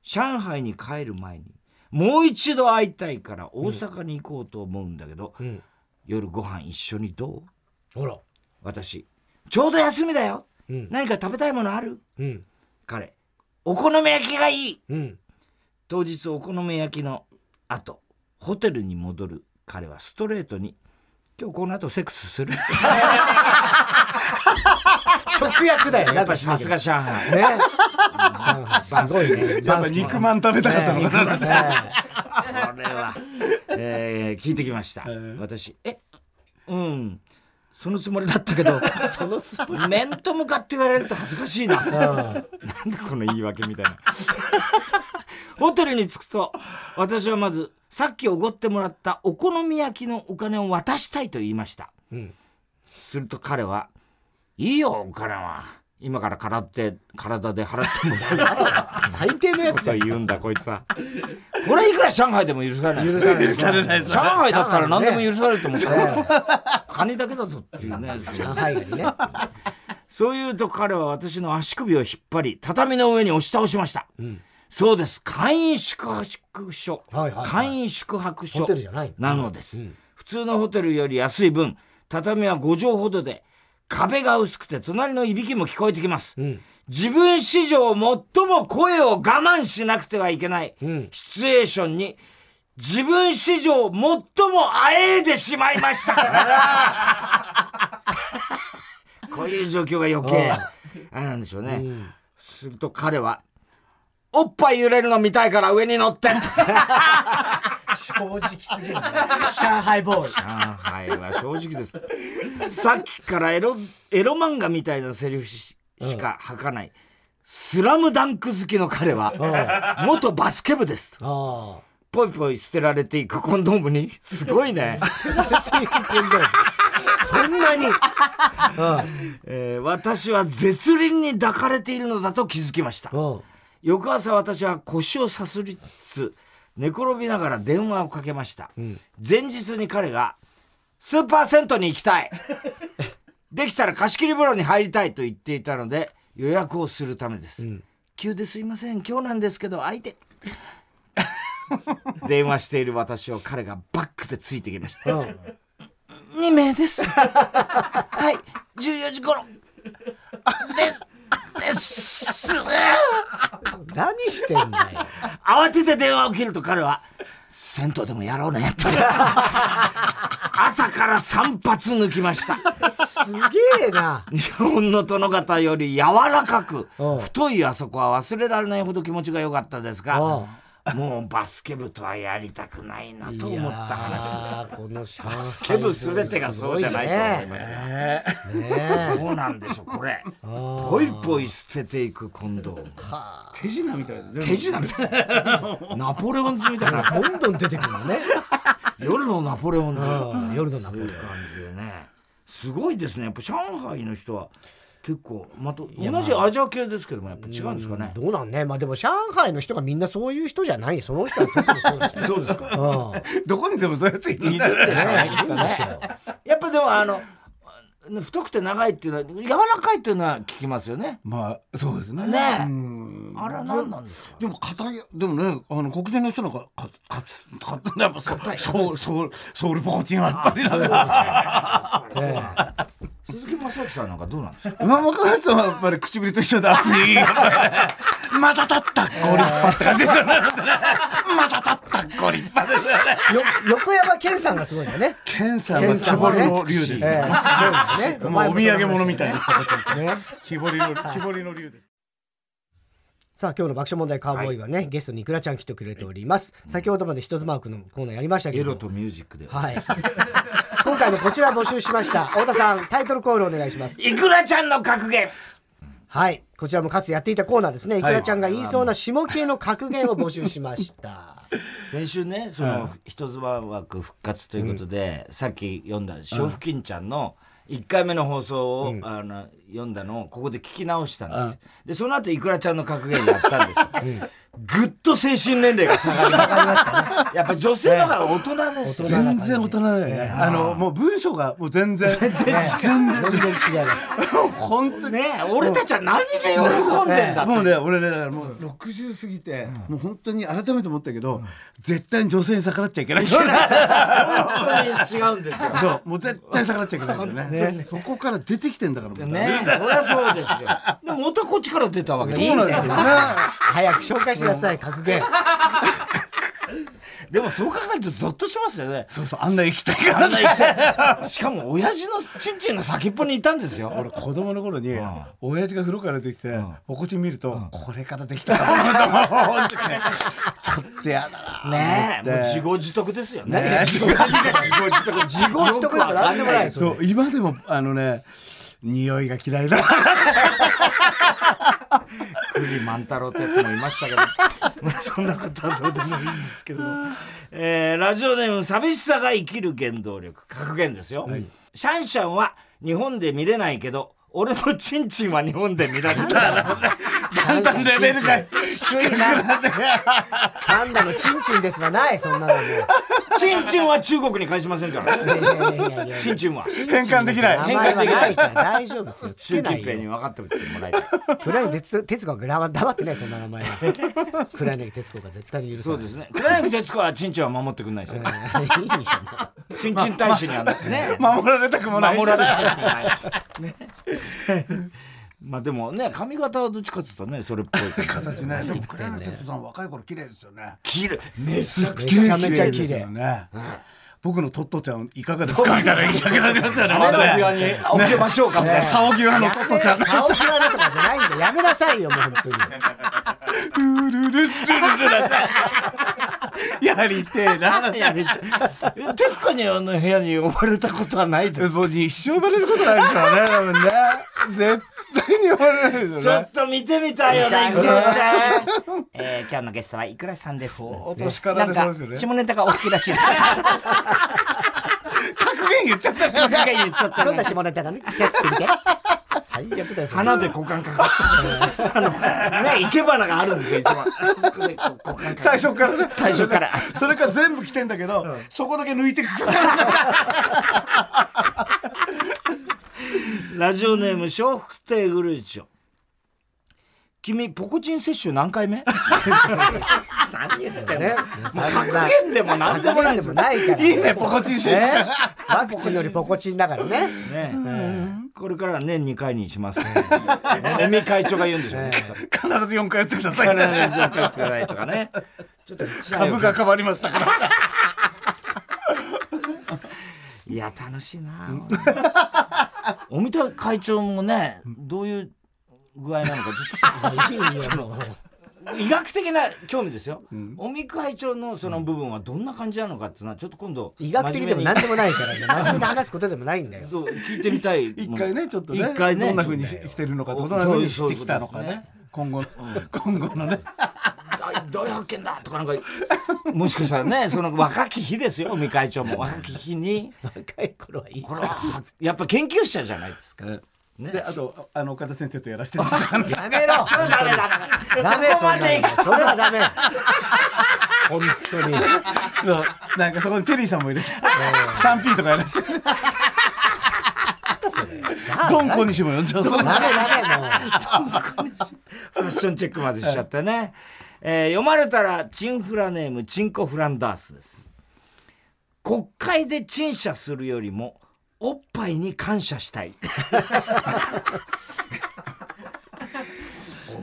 [SPEAKER 3] 上海に帰る前にもう一度会いたいから大阪に行こうと思うんだけど、夜ご飯一緒にどう
[SPEAKER 1] ほら。
[SPEAKER 3] 私ちょうど休みだよ、何か食べたいものある、彼お好み焼きがいい
[SPEAKER 1] うん。
[SPEAKER 3] 当日お好み焼きの後ホテルに戻る彼はストレートに「今日この後セックスする」
[SPEAKER 1] 直訳だよ。
[SPEAKER 3] やっぱさすが上 海
[SPEAKER 1] ね。すごいね。
[SPEAKER 2] やっぱ肉まん食べたかったのかな
[SPEAKER 1] ねえ
[SPEAKER 3] これは、 えー聞いてきました、私えうんそのつもりだったけど そのつもり面と向かって言われると恥ずかしいな、なんでこの言い訳みたいな ホテルに着くと私はまずさっきおごってもらったお好み焼きのお金を渡したいと言いました、すると彼は「いいよお金は今から空手体で払ってもらえる」
[SPEAKER 1] 最低のやつ
[SPEAKER 3] そう言うん だこいつはこれいくら上海でも許されない許されない上海だったら何でも許されると思ったら金だけだぞっていうね
[SPEAKER 1] 上海がね。
[SPEAKER 3] そう言うと彼は私の足首を引っ張り畳の上に押し倒しました、そうです会員宿泊所、
[SPEAKER 1] はいはいはい
[SPEAKER 3] 会員宿泊所
[SPEAKER 1] ホテルじゃない
[SPEAKER 3] なのです、普通のホテルより安い分畳は5畳ほどで壁が薄くて隣のいびきも聞こえてきます、自分史上最も声を我慢しなくてはいけないシチュエーションに自分史上最もあえいでしまいました こういう状況が余計あれなんでしょうね、すると彼はおっぱい揺れるの見たいから上に乗って
[SPEAKER 1] 正直すぎるね。上海ボーイ。
[SPEAKER 3] 上海は正直です。さっきからエロ、エロ漫画みたいなセリフししか吐かない。スラムダンク好きの彼は、元バスケ部です。
[SPEAKER 1] あ
[SPEAKER 3] ぽいぽい捨てられていくコンドームに、すごいね。
[SPEAKER 1] あ。そんなに。
[SPEAKER 3] えー私は絶倫に抱かれているのだと気づきました。
[SPEAKER 1] うん。
[SPEAKER 3] 翌朝私は腰をさすりつつ寝転びながら電話をかけました、前日に彼が「スーパー銭湯に行きたい」 「できたら貸し切り風呂に入りたい」と言っていたので予約をするためです、急ですいません今日なんですけど相手 電話している私を彼がバックでついてきました、
[SPEAKER 1] うん
[SPEAKER 3] 2名です。はい、14時頃。で、です。
[SPEAKER 1] 何してんだよ。
[SPEAKER 3] 慌てて電話を切ると彼は、銭湯でもやろうね、と。朝から散髪抜きました。
[SPEAKER 1] すげえな。
[SPEAKER 3] 日本の殿方より柔らかく
[SPEAKER 1] うん、
[SPEAKER 3] 太いあそこは忘れられないほど気持ちが良かったですが、
[SPEAKER 1] うん
[SPEAKER 3] もうバスケ部とはやりたくないなと思った話です。
[SPEAKER 1] です。この上海ボーイ
[SPEAKER 3] バスケ部全てがそうじゃないと思いますが。
[SPEAKER 1] すごいね。ね
[SPEAKER 3] どうなんでしょうこれポイポイ捨てていく今度
[SPEAKER 2] 手品みたいなでも
[SPEAKER 3] 手品みたいなナポレオンズみたい
[SPEAKER 1] え
[SPEAKER 3] な
[SPEAKER 1] どんどん出てくるの ね。
[SPEAKER 3] 夜のナポレオンズ
[SPEAKER 1] うん夜のナポレオン
[SPEAKER 3] そういう感じでねすごいですねやっぱ上海の人は結構また同じアジア系ですけどもやっぱ違うんですかね
[SPEAKER 1] どうなんね。まあでも上海の人がみんなそういう人じゃない。その人は特にそうだよ。
[SPEAKER 3] そうですか
[SPEAKER 1] うん。
[SPEAKER 2] どこにでもそういうやついるんだよ
[SPEAKER 1] ねいるんですよ。
[SPEAKER 3] やっぱでもあの太くて長いっていうのは柔らかいっていうのは聞きますよね
[SPEAKER 2] まあそうですね
[SPEAKER 3] ねえ
[SPEAKER 2] うん
[SPEAKER 3] あれは何なんですか
[SPEAKER 2] でも硬いでもねあの黒人の人なんかかかつかつやっぱそうソウソウソウルポコチンはやっぱりなんか
[SPEAKER 3] 鈴木雅之さんなんかどうなんですか
[SPEAKER 2] 今もかさんはやっぱり唇と一緒で熱いやっぱりねまたたったご立派って感じじゃないのねまたたったご立派ですよね
[SPEAKER 1] よ横山健さんがすごいんだよね。
[SPEAKER 2] 健さん
[SPEAKER 1] 健
[SPEAKER 2] は
[SPEAKER 1] さ
[SPEAKER 2] 木
[SPEAKER 1] んは
[SPEAKER 2] 彫
[SPEAKER 1] ね
[SPEAKER 2] りの竜です
[SPEAKER 1] ええ
[SPEAKER 2] ね
[SPEAKER 1] すごいです ね。
[SPEAKER 2] もうお土産物みたい
[SPEAKER 1] な。
[SPEAKER 2] な
[SPEAKER 1] ね
[SPEAKER 2] 木彫りの木彫りの竜です
[SPEAKER 1] さあ今日の爆笑問題カーボーイはね、ゲストにいくらちゃん来てくれております、先ほどまで人妻枠のコーナーやりましたけ
[SPEAKER 3] エ
[SPEAKER 1] ど
[SPEAKER 3] ロとミュージックで
[SPEAKER 1] はい今回もこちら募集しました太田さんタイトルコールお願いします
[SPEAKER 3] いくらちゃんの格言
[SPEAKER 1] はいこちらもかつやっていたコーナーですねいくらちゃんが言いそうな下系の格言を募集しました
[SPEAKER 3] 先週ねその人妻枠復活ということで、さっき読んだ潮吹金ちゃんの1回目の放送を、あの読んだのをここで聞き直したんです、でその後いくらちゃんの格言やったんですよ、ぐっと精神年齢が下がります。やっぱ女性の方が大人ですよ。
[SPEAKER 2] 全然大人だよね。あの、もう文章がもう全然。全然
[SPEAKER 1] 全然違う。
[SPEAKER 2] 本当に。
[SPEAKER 3] ねえ俺たちは何で喜んでんだって
[SPEAKER 2] もうね、俺ね、だからもう60過ぎて、もう本当に改めて思ったけど、絶対に女性に逆らっちゃいけない。
[SPEAKER 3] 本当に違うんですよ。
[SPEAKER 2] そう、もう絶対逆らっちゃいけないんだよね。そこから出てきてんだから、もう
[SPEAKER 3] ねえ、そりゃそうですよ。でもまたこっちから出たわけ
[SPEAKER 2] そうなんですよね。
[SPEAKER 1] 早く紹介しなさい、格言。
[SPEAKER 3] でもそう考えるとゾッとしますよね。
[SPEAKER 2] そうそう、あんな行きたいから。
[SPEAKER 3] あんな行きたいしかも親父のチンチンの先っぽにいたんですよ。
[SPEAKER 2] 俺子供の頃に親父が風呂から出てきておこち見るとこれからできたらと思ってちょっとやだな
[SPEAKER 3] ねえ、もう自業自得ですよね。何が自業自得 自業自得なんか何でもないですよ。
[SPEAKER 2] そう今でもあのね匂いが嫌いだ
[SPEAKER 3] 栗万太郎ってやつもいましたけど、まあそんなことはどうでもいいんですけども、えーラジオネーム寂しさが生きる原動力格言ですよ、シャンシャンは日本で見れないけど俺のチンチンは日本で見られた
[SPEAKER 2] 簡単レベルが
[SPEAKER 1] 低いな。パンダのチンチンですがない、そんなのもう。
[SPEAKER 3] チンチンは中国に返しませんからね
[SPEAKER 1] いやいやいやいや
[SPEAKER 3] チンチンは
[SPEAKER 2] 変換できない
[SPEAKER 1] 名前はないから大丈夫ですよ。つけ
[SPEAKER 3] 習
[SPEAKER 1] な
[SPEAKER 3] 近
[SPEAKER 1] い
[SPEAKER 3] 平
[SPEAKER 1] よ。
[SPEAKER 3] に分かっておいてもらいたい
[SPEAKER 1] 黒柳徹徹子は黙黙ってない、そんな名前は。黒柳徹子が絶対に許さ
[SPEAKER 3] そ
[SPEAKER 1] な
[SPEAKER 3] う
[SPEAKER 1] い。
[SPEAKER 3] ですね 黒柳徹子はチンチンは守ってくんないです よ
[SPEAKER 1] いいじゃん。
[SPEAKER 3] チンチン大使にはなってね
[SPEAKER 2] 守られたくもない
[SPEAKER 3] 守られたくもないし。ね まあでもね、髪型はどっちかっていうとね、それっぽい
[SPEAKER 2] 形ねでも黒柳徹子さん若い頃綺麗ですよね
[SPEAKER 3] 綺麗めちゃく
[SPEAKER 1] めちゃめちゃ綺
[SPEAKER 2] ですよ
[SPEAKER 1] 麗。
[SPEAKER 2] ね僕のトットちゃんいかがですかみたいな言いたくなりますよね
[SPEAKER 3] 雨の際に置けましょうかみたいな。
[SPEAKER 2] サオギワのトットちゃん
[SPEAKER 1] 顔際のとかじゃないんだ。やめなさいよ、もう本当に。
[SPEAKER 2] ルルルルルルやりてえな。
[SPEAKER 3] いや別に徹子にあの部屋に呼ばれたことはないです。
[SPEAKER 2] そうに一生呼ばれることないでしょうね多分ね。絶対に呼ばれないです
[SPEAKER 3] ちょ
[SPEAKER 2] よね
[SPEAKER 3] っ。と見てみたいよ
[SPEAKER 1] 見た
[SPEAKER 3] ね、い
[SPEAKER 1] い
[SPEAKER 3] く
[SPEAKER 1] ね
[SPEAKER 3] らちゃん。 えー今日のゲストはイクラさんです。
[SPEAKER 2] お年から
[SPEAKER 3] な
[SPEAKER 2] で
[SPEAKER 3] ん
[SPEAKER 2] そう
[SPEAKER 3] か
[SPEAKER 2] ですよね。
[SPEAKER 3] 下ネタがお好きらしいです。
[SPEAKER 2] 格言言っちゃった。
[SPEAKER 3] なんか言っちゃった
[SPEAKER 1] どん
[SPEAKER 3] ね
[SPEAKER 1] な。下ネタだね。聞かせてみて。最悪だよ。それ
[SPEAKER 3] 花で股間かかす。 あのね、生け花があるんですよ、いつも。そこでこう股間か
[SPEAKER 2] 最
[SPEAKER 3] かす
[SPEAKER 2] 初からね。
[SPEAKER 3] 最初から。
[SPEAKER 2] それから全部来てんだけど、そこだけ抜いてく
[SPEAKER 3] ラジオネーム、笑福亭グルーチョ。君、ポコチン接種何 回目何言ってんの
[SPEAKER 1] ね。
[SPEAKER 3] 格言でも何でもな
[SPEAKER 1] で
[SPEAKER 3] いです
[SPEAKER 1] も
[SPEAKER 3] よ
[SPEAKER 1] ないから。
[SPEAKER 2] いいね、ポコチン選
[SPEAKER 1] ねワクチンよりポコチンだからね。
[SPEAKER 3] ねこれからは年2回にしますね。尾身会長が言うんでしょうね。きっと必
[SPEAKER 2] 手。必ず4回やってくださ
[SPEAKER 3] ず
[SPEAKER 2] いね。
[SPEAKER 3] 4回くださいとかね。ちょっと口内を
[SPEAKER 2] 株が変わりましたから。
[SPEAKER 3] いや、楽しいな。 尾身会長もね、どういう具合なのか、ちょっと。
[SPEAKER 1] いいよ。
[SPEAKER 3] 医学的な興味ですよ。尾身会長のその部分はどんな感じなのかっていうのは、ちょっと今度、
[SPEAKER 1] 医学的でも
[SPEAKER 3] 真面目に
[SPEAKER 1] 何でもないからね。真面目に話すことでもないんだよ。
[SPEAKER 3] どう聞いてみたい。
[SPEAKER 2] 一回ね、ちょっとね。
[SPEAKER 3] 一回ね。
[SPEAKER 2] どんな風にししてるのか、どんな風にしてきたのか
[SPEAKER 3] そういうこと
[SPEAKER 2] ね。今後、今後のね。
[SPEAKER 3] 大大発見だとかなんか、もしかした らね、その若き日ですよ、尾身会長も。若き日に。
[SPEAKER 1] 若い頃はいい。
[SPEAKER 3] これは、やっぱ研究者じゃないですか。ね
[SPEAKER 2] で、あと、あの、岡田先生とやらせてもらったので
[SPEAKER 1] やめろ。
[SPEAKER 3] ダメダメダ
[SPEAKER 1] ダ
[SPEAKER 3] メ。
[SPEAKER 1] メ
[SPEAKER 3] そ
[SPEAKER 1] そ
[SPEAKER 3] こ
[SPEAKER 1] んな
[SPEAKER 3] ま
[SPEAKER 1] の
[SPEAKER 3] で行くと
[SPEAKER 1] それはダメ。本当に。
[SPEAKER 2] そうなんかそこにテリーさんも入れて、シャンピーとかやらせて、ドンコにしも呼んじゃう。そ
[SPEAKER 1] ダ
[SPEAKER 2] れ
[SPEAKER 1] メダメもう。
[SPEAKER 3] ファッションチェックまでしちゃってね。えー読まれたら、チンフラネーム、チンコフランダースです。国会で陳謝するよりも、おっぱいに感謝したい。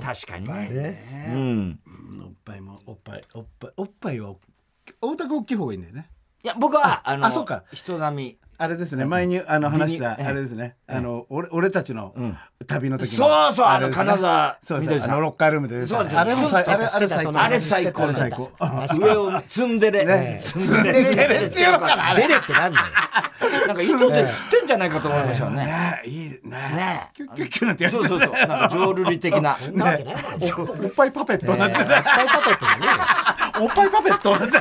[SPEAKER 3] 確かにね。うん。
[SPEAKER 2] おっぱいも、おっぱい、おっぱい、おっぱいは、大田区大きい方がいいんだよね。
[SPEAKER 3] いや、僕は、あの、
[SPEAKER 2] あそうか
[SPEAKER 3] 人並み。
[SPEAKER 2] あれですね、前にあの話した、
[SPEAKER 3] ビニ
[SPEAKER 2] あれですね、あの、俺、俺たちの旅の時の。
[SPEAKER 3] そうそうあの
[SPEAKER 2] ですね
[SPEAKER 3] 金沢
[SPEAKER 2] そう
[SPEAKER 3] み
[SPEAKER 2] で
[SPEAKER 3] どり
[SPEAKER 2] す
[SPEAKER 3] さ
[SPEAKER 2] あ
[SPEAKER 3] ん
[SPEAKER 2] の、ロッカールームで出てた。
[SPEAKER 3] そうです
[SPEAKER 2] あれもさ、あれ、あれ
[SPEAKER 1] してた
[SPEAKER 2] 最
[SPEAKER 1] そ
[SPEAKER 2] 高
[SPEAKER 1] の。
[SPEAKER 3] あれ最高
[SPEAKER 1] あれ最
[SPEAKER 2] 高
[SPEAKER 3] 上を積んでれ。積んでれ。
[SPEAKER 1] 出れって言うから出れってなんだよ。
[SPEAKER 3] なんか糸で釣ってんじゃないかと思いましたよね。
[SPEAKER 2] ねえ、いいね。
[SPEAKER 3] ね
[SPEAKER 2] キュッキュッキュッなんてやって
[SPEAKER 3] そうそうそう。なんか浄 瑠璃的な。
[SPEAKER 1] そんなわけないだろ。
[SPEAKER 2] おっおっぱいパペットなんて
[SPEAKER 1] 絶対パペットじゃねえよ。
[SPEAKER 2] おっぱいパペットなんて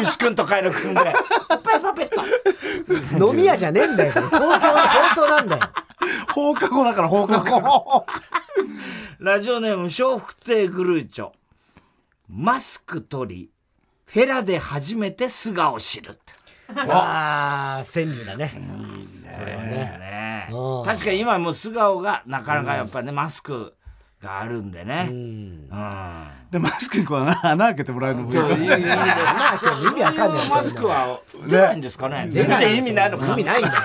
[SPEAKER 3] 牛くんとカエルくんで。おっぱいパペット。
[SPEAKER 1] 飲 み屋じゃねえんだよ。これ公共の放送なんだよ。
[SPEAKER 2] 放課後だから放課後。
[SPEAKER 3] ラジオネーム笑福亭グルーチョマスク取りフェラで初めて素顔知るって
[SPEAKER 1] ああ川柳だね
[SPEAKER 3] ね
[SPEAKER 1] うん
[SPEAKER 3] 確かに今もう素顔がなかなかやっぱね、マスクがあるんでねうん、
[SPEAKER 2] でマスクにこう穴穴開けてもらうのもいい
[SPEAKER 3] そういいいいでもまあそう
[SPEAKER 1] 意味わかんない
[SPEAKER 3] そういうマスクは出ないんですかね全然意味ないの か
[SPEAKER 1] 意味ないんだよ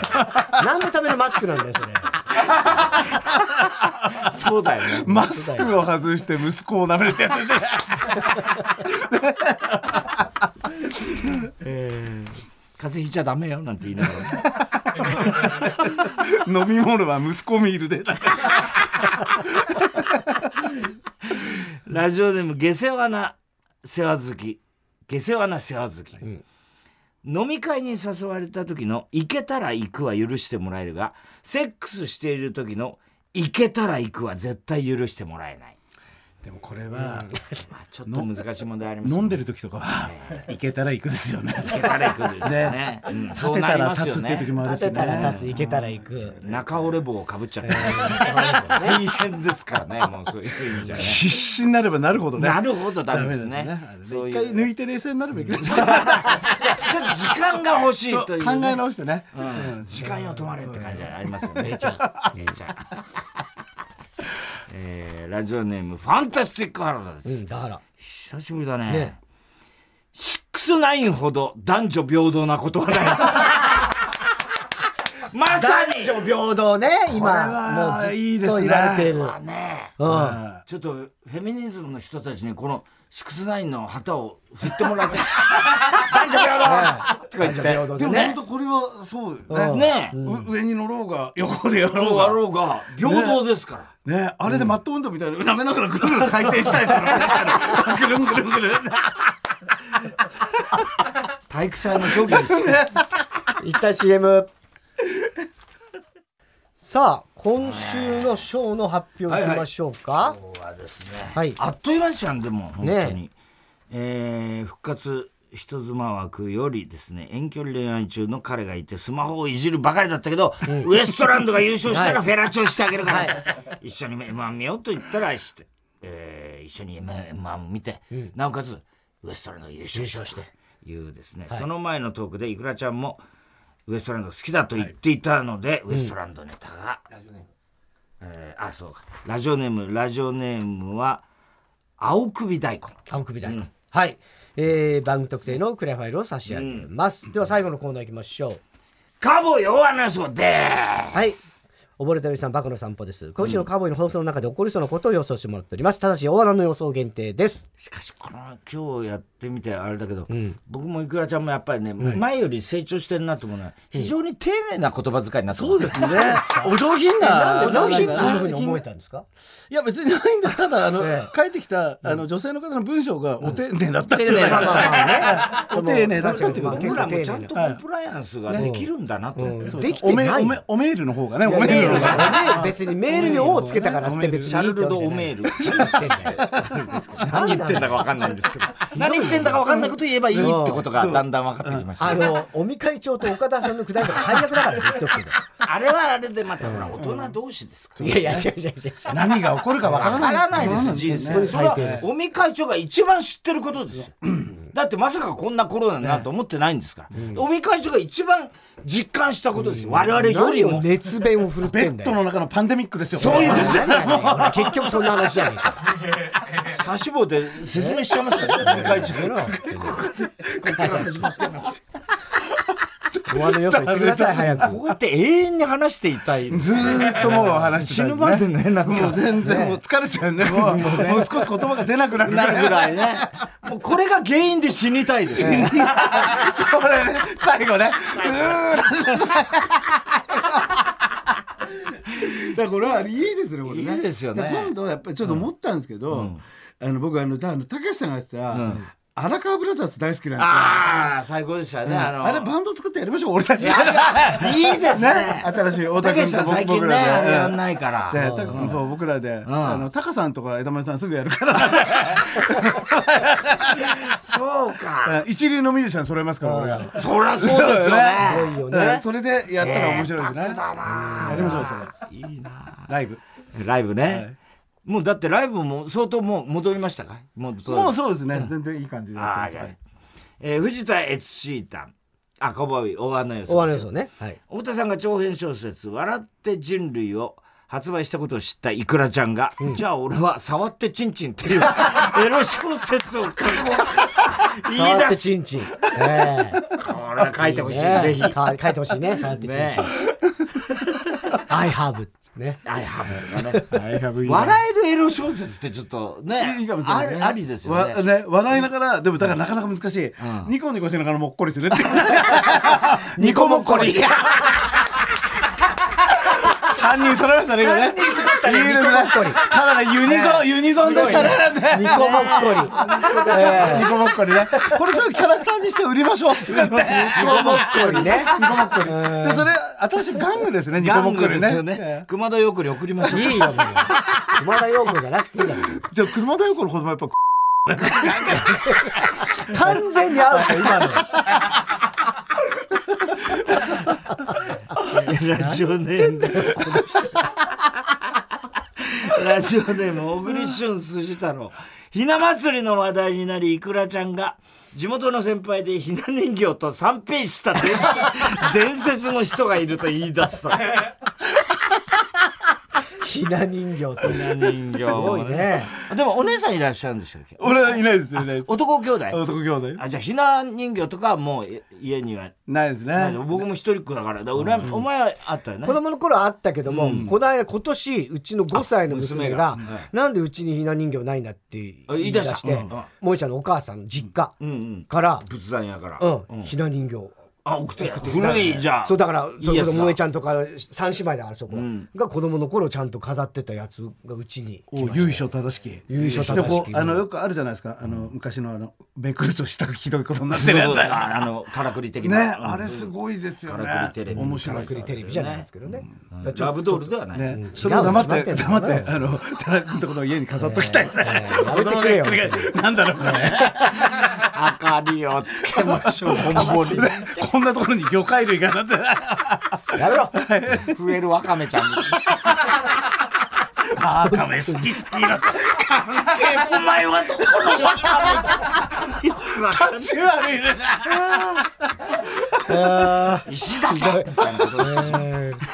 [SPEAKER 1] 何のためのマスクなんだよそれ
[SPEAKER 3] そうだよね
[SPEAKER 2] マスクを外して息子を舐めるってやつですね
[SPEAKER 3] 風邪ひいちゃダメよなんて言いながら
[SPEAKER 2] 飲み物は息子ミールで
[SPEAKER 3] ラジオネーム下世話な世話好き下世話な世話好き、飲み会に誘われた時の「行けたら行く」は許してもらえるがセックスしている時の「行けたら行く」は絶対許してもらえない、
[SPEAKER 2] でもこれは
[SPEAKER 3] まあ、ちょっと難しい問題あります
[SPEAKER 2] 飲んでる
[SPEAKER 3] る
[SPEAKER 2] 時とかは行けたら行くですよね
[SPEAKER 3] 行けたら行くですよねうん
[SPEAKER 2] 立てたら立つっていう時もあるし
[SPEAKER 1] 立てたら
[SPEAKER 2] ね
[SPEAKER 1] 立つ行けたら行く
[SPEAKER 3] 中折れ棒をかぶっちゃった大変ですからねもうそういう意味じゃね
[SPEAKER 2] 必死になればなるほどね
[SPEAKER 3] なるほどダメですね
[SPEAKER 2] ダメだね
[SPEAKER 3] そうい
[SPEAKER 2] 一回
[SPEAKER 3] う
[SPEAKER 2] 抜いて冷静になるべきですよ
[SPEAKER 3] ちょっと時間が欲しい
[SPEAKER 2] 考
[SPEAKER 3] という、
[SPEAKER 2] え直してね
[SPEAKER 3] うん時間よ止まれって感じありま すよね。えいちゃん。えーラジオネームファンタスティック原田です。
[SPEAKER 1] うんだから
[SPEAKER 3] 久しぶりだね。
[SPEAKER 1] ね
[SPEAKER 3] シックスナインほど男女平等なことはな い。まさに。
[SPEAKER 1] 男女平等ね今もうず
[SPEAKER 2] いい
[SPEAKER 1] っ
[SPEAKER 2] です
[SPEAKER 1] と
[SPEAKER 2] ね
[SPEAKER 1] 言われている
[SPEAKER 3] まあね。
[SPEAKER 1] うん
[SPEAKER 3] ちょっとフェミニズムの人たちにこのシックスナインの旗を振ってもら って。男女平等。とか言っ
[SPEAKER 1] 平等で
[SPEAKER 3] て。
[SPEAKER 2] でも
[SPEAKER 1] ね
[SPEAKER 2] 本当これはそうよ
[SPEAKER 1] うん
[SPEAKER 2] ね
[SPEAKER 3] ねえ。
[SPEAKER 2] う上に乗ろうが横でやろ
[SPEAKER 3] ど
[SPEAKER 2] う
[SPEAKER 3] うあ
[SPEAKER 2] が
[SPEAKER 3] ろうが平等ですから。
[SPEAKER 2] ねあれでマット温度みたいな舐めながらぐるぐる回転したりとかぐるんぐるんぐるん
[SPEAKER 3] 体育祭の競技ですね。
[SPEAKER 1] 一旦 CM さあ今週のショーの発表いきましょうか
[SPEAKER 3] 今日はですね、
[SPEAKER 1] はい
[SPEAKER 3] あっという間じゃんでも本当に、
[SPEAKER 1] ね
[SPEAKER 3] えー復活人妻枠よりですね遠距離恋愛中の彼がいてスマホをいじるばかりだったけど、ウエストランドが優勝したらフェラチオしてあげるから、一緒に m 1見ようと言ったらして、えー一緒に m 1見て、なおかつウエストランドが優勝したというですね、その前のトークでいくらちゃんもウエストランドが好きだと言っていたので、ウエストランドネタが、えーあそうかラジオネームラジオネームは青首大根
[SPEAKER 1] 青首大根、はい、えー、番組特製のクリアファイルを差し上げます、では最後のコーナーいきましょう
[SPEAKER 3] カボヨアナ予想で
[SPEAKER 1] はい溺れた海さんバカの散歩です今週のカーボーイの放送の中で起こりそうなことを予想してもらっておりますただし大穴の予想限定です
[SPEAKER 3] すしかしこの今日やってみてあれだけど、僕もいくらちゃんもやっぱりね、前より成長してるなと思うのは非常に丁寧な言葉遣いになってます、そうです
[SPEAKER 2] ねお上品な
[SPEAKER 1] なんで
[SPEAKER 2] お上
[SPEAKER 1] 何
[SPEAKER 2] 品
[SPEAKER 1] で
[SPEAKER 2] な
[SPEAKER 1] そんなふうに思えたんですか
[SPEAKER 2] いや別にないんだただあの、
[SPEAKER 1] ええ
[SPEAKER 2] 書いてきたあの女性の方の文章がお丁寧だったってい
[SPEAKER 3] 丁
[SPEAKER 2] うだ
[SPEAKER 3] 寧
[SPEAKER 2] け、
[SPEAKER 3] だった
[SPEAKER 2] お丁寧だったってこと
[SPEAKER 1] まあ
[SPEAKER 2] ね
[SPEAKER 3] 僕らもちゃんとコンプライアンスができるんだなと、
[SPEAKER 1] うん
[SPEAKER 2] そう
[SPEAKER 1] できてない
[SPEAKER 2] おめおめおメールの方がねお
[SPEAKER 1] メ
[SPEAKER 2] メー
[SPEAKER 1] ー
[SPEAKER 2] ル
[SPEAKER 1] ル
[SPEAKER 2] の方が
[SPEAKER 1] が別にメールに「お」をつけたからって別に
[SPEAKER 3] シャルルド・オメー
[SPEAKER 1] ル
[SPEAKER 3] ル何言ってんだか分かんないん ですけど何言ってんだか分かんないこと言えばいいってことがだんだん分かってきました
[SPEAKER 1] あの尾身会長と岡田さんのくだりとか最悪だから言っとくけど
[SPEAKER 3] あれはあれでまたほら大人同士ですから。
[SPEAKER 1] いやいや違う違う違う
[SPEAKER 2] 何が起こるかわから
[SPEAKER 3] わ
[SPEAKER 2] ない
[SPEAKER 3] からないですよ
[SPEAKER 1] 本
[SPEAKER 3] 人
[SPEAKER 1] 当
[SPEAKER 3] 生。
[SPEAKER 1] に
[SPEAKER 3] それは
[SPEAKER 1] 最低です
[SPEAKER 3] 尾身会長が一番知ってることですよ。だってまさかこんなコロナになると思ってないんですから。尾身会長が一番実感したことですよ。我々より
[SPEAKER 1] 何を
[SPEAKER 3] も。
[SPEAKER 1] 熱弁を振るっ
[SPEAKER 2] ベ
[SPEAKER 1] てん
[SPEAKER 2] ッ
[SPEAKER 1] だ
[SPEAKER 2] ド
[SPEAKER 1] よ
[SPEAKER 2] の中のパンデミックですよ
[SPEAKER 3] そういうこと
[SPEAKER 1] 何なんだよ俺結局そんな話じゃねえか
[SPEAKER 3] 差し棒で説明しちゃいますからね。尾身会長が。ここから始まってます。
[SPEAKER 1] 終わるよ、言ってください、早
[SPEAKER 3] こ
[SPEAKER 1] く。
[SPEAKER 3] うやって永遠に話していたい。
[SPEAKER 2] ずーっともう話して
[SPEAKER 3] 死
[SPEAKER 2] た
[SPEAKER 3] ぬ
[SPEAKER 2] よ
[SPEAKER 3] までね、なん
[SPEAKER 2] も
[SPEAKER 3] か
[SPEAKER 2] う。全然もう疲れちゃうねもうもう少し言葉が出なくなるぐ
[SPEAKER 3] な
[SPEAKER 2] らい
[SPEAKER 3] るぐらいね。もうこれが原因で死にたいですね。
[SPEAKER 2] これね最後ねうーんだからこれはあれいいですねこれね
[SPEAKER 3] いいですよね
[SPEAKER 2] だから今度はやっぱりちょっと思ったんですけど、あの僕あのたあのたけしさんがやってた、荒川ブラザーズ大好きなんですよ
[SPEAKER 3] ああ、最高でしたね。あの
[SPEAKER 2] あれバンド作ってやりましょう俺たちで
[SPEAKER 3] いいですね。
[SPEAKER 2] 新しい大
[SPEAKER 3] た
[SPEAKER 2] 田
[SPEAKER 3] け
[SPEAKER 2] 君
[SPEAKER 3] しさん
[SPEAKER 2] と
[SPEAKER 3] 最近
[SPEAKER 2] 僕
[SPEAKER 3] ね、あ
[SPEAKER 2] ら
[SPEAKER 3] れ
[SPEAKER 2] で
[SPEAKER 3] やんないか
[SPEAKER 2] で
[SPEAKER 3] ら。
[SPEAKER 2] たそう僕らで、
[SPEAKER 3] ん
[SPEAKER 2] あのタカさんとか枝豆さんすぐやるから
[SPEAKER 3] そうか。
[SPEAKER 2] 一流のミュージシャン揃えますから俺が
[SPEAKER 3] そりゃそうですよ
[SPEAKER 1] す
[SPEAKER 3] ね。
[SPEAKER 1] ごいよ
[SPEAKER 2] ね
[SPEAKER 1] ね。
[SPEAKER 2] それでやったら面白いですね
[SPEAKER 3] だな
[SPEAKER 2] やりましょうそれいいなライブ
[SPEAKER 3] ライブね。もうだってライブも相当もう戻りましたかもう
[SPEAKER 2] もうそうですね、全然いい感じでやって
[SPEAKER 3] あ
[SPEAKER 2] ま
[SPEAKER 3] あ
[SPEAKER 2] す
[SPEAKER 3] じ
[SPEAKER 2] ね、
[SPEAKER 3] ゃあえー藤田悦シータンあこんばんは大穴予想
[SPEAKER 1] 終わりですよね。はい。
[SPEAKER 3] 太田さんが長編小説「笑って人類」を発売したことを知ったイクラちゃんが、じゃあ俺は「触ってチンチン」と いうエロ小説を書こう言い
[SPEAKER 1] 触って
[SPEAKER 3] 出す
[SPEAKER 1] ちんちん。ええ
[SPEAKER 3] これは書いてほしい、
[SPEAKER 1] ね
[SPEAKER 3] ぜひ
[SPEAKER 1] か書いてほしいね。触ってちんちん。
[SPEAKER 3] ね
[SPEAKER 1] I have ね。
[SPEAKER 3] アイハブとかね
[SPEAKER 2] I have you
[SPEAKER 3] 笑えるエロ小説ってちょっとね
[SPEAKER 2] いいかもしれない、ね、
[SPEAKER 3] あありですよね
[SPEAKER 2] わね笑いながらでもだからなかなか難しい、ニコニコしながらもっこりするって
[SPEAKER 3] ニコもっこり
[SPEAKER 2] 三人揃いましたね今ね
[SPEAKER 1] 三人揃ったね
[SPEAKER 2] いいです
[SPEAKER 1] ニコもっこり
[SPEAKER 2] ただねユニゾン、ユニゾンでしたね
[SPEAKER 1] ニコもっこり。ええ
[SPEAKER 2] ニコもっこりねこれすぐキャラクターにして売りましょうって言って
[SPEAKER 1] ニコもっこりね。
[SPEAKER 2] ニコもっこりでそれ私ガングです ねニコ
[SPEAKER 3] ガ
[SPEAKER 2] も
[SPEAKER 3] ン
[SPEAKER 2] っこ
[SPEAKER 3] グ
[SPEAKER 2] り
[SPEAKER 3] ですよ
[SPEAKER 2] ね
[SPEAKER 3] ね熊田陽子に送りましょう
[SPEAKER 1] いいよ、もう。熊田陽子じゃなくていいだろ。
[SPEAKER 2] じゃあ車田陽子の言葉やっぱ
[SPEAKER 1] 完全にアウト、今の。
[SPEAKER 3] ラジオネームラジオネーム小栗旬辻太郎ひな祭りの話題になりいくらちゃんが地元の先輩でひな人形と三平した伝 説伝説の人がいると言い出す
[SPEAKER 1] ひな人形と。す
[SPEAKER 3] 人形
[SPEAKER 1] ごいね。
[SPEAKER 3] でもお姉さんいらっしゃるんでしたっけ
[SPEAKER 2] 俺はいないですよいないです
[SPEAKER 3] 男兄弟
[SPEAKER 2] 男兄弟
[SPEAKER 3] あじゃあひな人形とかはもうえ家には
[SPEAKER 2] ないです
[SPEAKER 3] ない
[SPEAKER 2] ね
[SPEAKER 3] 僕も一人っ子だからだからうらお前はあったよね
[SPEAKER 1] 子供の頃はあったけども、この間今年うちの5歳の娘が
[SPEAKER 3] 娘がはい
[SPEAKER 1] なんでうちにひな人形ないんだって言い出して
[SPEAKER 3] 言い出したうん
[SPEAKER 1] 萌ちゃんのお母さんの実家
[SPEAKER 3] うんうん
[SPEAKER 1] から、
[SPEAKER 3] 仏壇やから
[SPEAKER 1] うんひな人形
[SPEAKER 3] あ送って古いじゃあ
[SPEAKER 1] そうだからそれこそ萌ち
[SPEAKER 3] ゃん
[SPEAKER 1] ゃんとか三姉妹だからそこ、が子供の頃ちゃんと飾ってたやつがうちに
[SPEAKER 2] お由緒正しき
[SPEAKER 1] 由緒正しき
[SPEAKER 2] でこうあのよくあるじゃないですかあの昔のあのめくるとしたひどいことになってるやつ
[SPEAKER 3] ああのからくり的
[SPEAKER 2] ね
[SPEAKER 3] な
[SPEAKER 2] あれすごいですよね
[SPEAKER 3] からくりテレビ
[SPEAKER 2] 面
[SPEAKER 1] か
[SPEAKER 2] 白
[SPEAKER 1] ら
[SPEAKER 2] い
[SPEAKER 1] くりテレビじゃないですけどね、だからちょ
[SPEAKER 3] ラブドールではない、
[SPEAKER 2] ね、
[SPEAKER 1] ん
[SPEAKER 2] それを黙っ
[SPEAKER 1] 違う
[SPEAKER 2] て
[SPEAKER 1] の
[SPEAKER 2] 黙っ
[SPEAKER 1] 黙って
[SPEAKER 2] てあの田中君とこの家に飾っときたいね、
[SPEAKER 1] やめてくれよ
[SPEAKER 2] 子供がひっくり返るなんだろうこれ
[SPEAKER 3] 明かりをつけましょう
[SPEAKER 2] こんなところに魚介類がなって
[SPEAKER 1] やめろ
[SPEAKER 3] 増えるわかめちゃんみたいな
[SPEAKER 2] あカメ好き好きな
[SPEAKER 3] お前はどこのわかめちゃん
[SPEAKER 2] 口悪いね
[SPEAKER 3] 石だけみたいなことです
[SPEAKER 1] え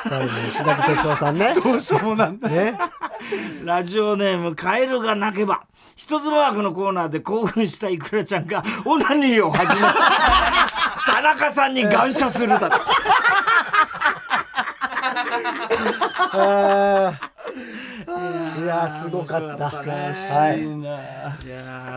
[SPEAKER 1] ー最後に石田哲夫さんね
[SPEAKER 2] そうなんだ
[SPEAKER 1] ね
[SPEAKER 3] ラジオネーム「カエルが鳴けば」人妻枠のコーナーで興奮したイクラちゃんがオナニーを始 めた田中さんに感謝するだって
[SPEAKER 1] あーいやーすごかった。はい。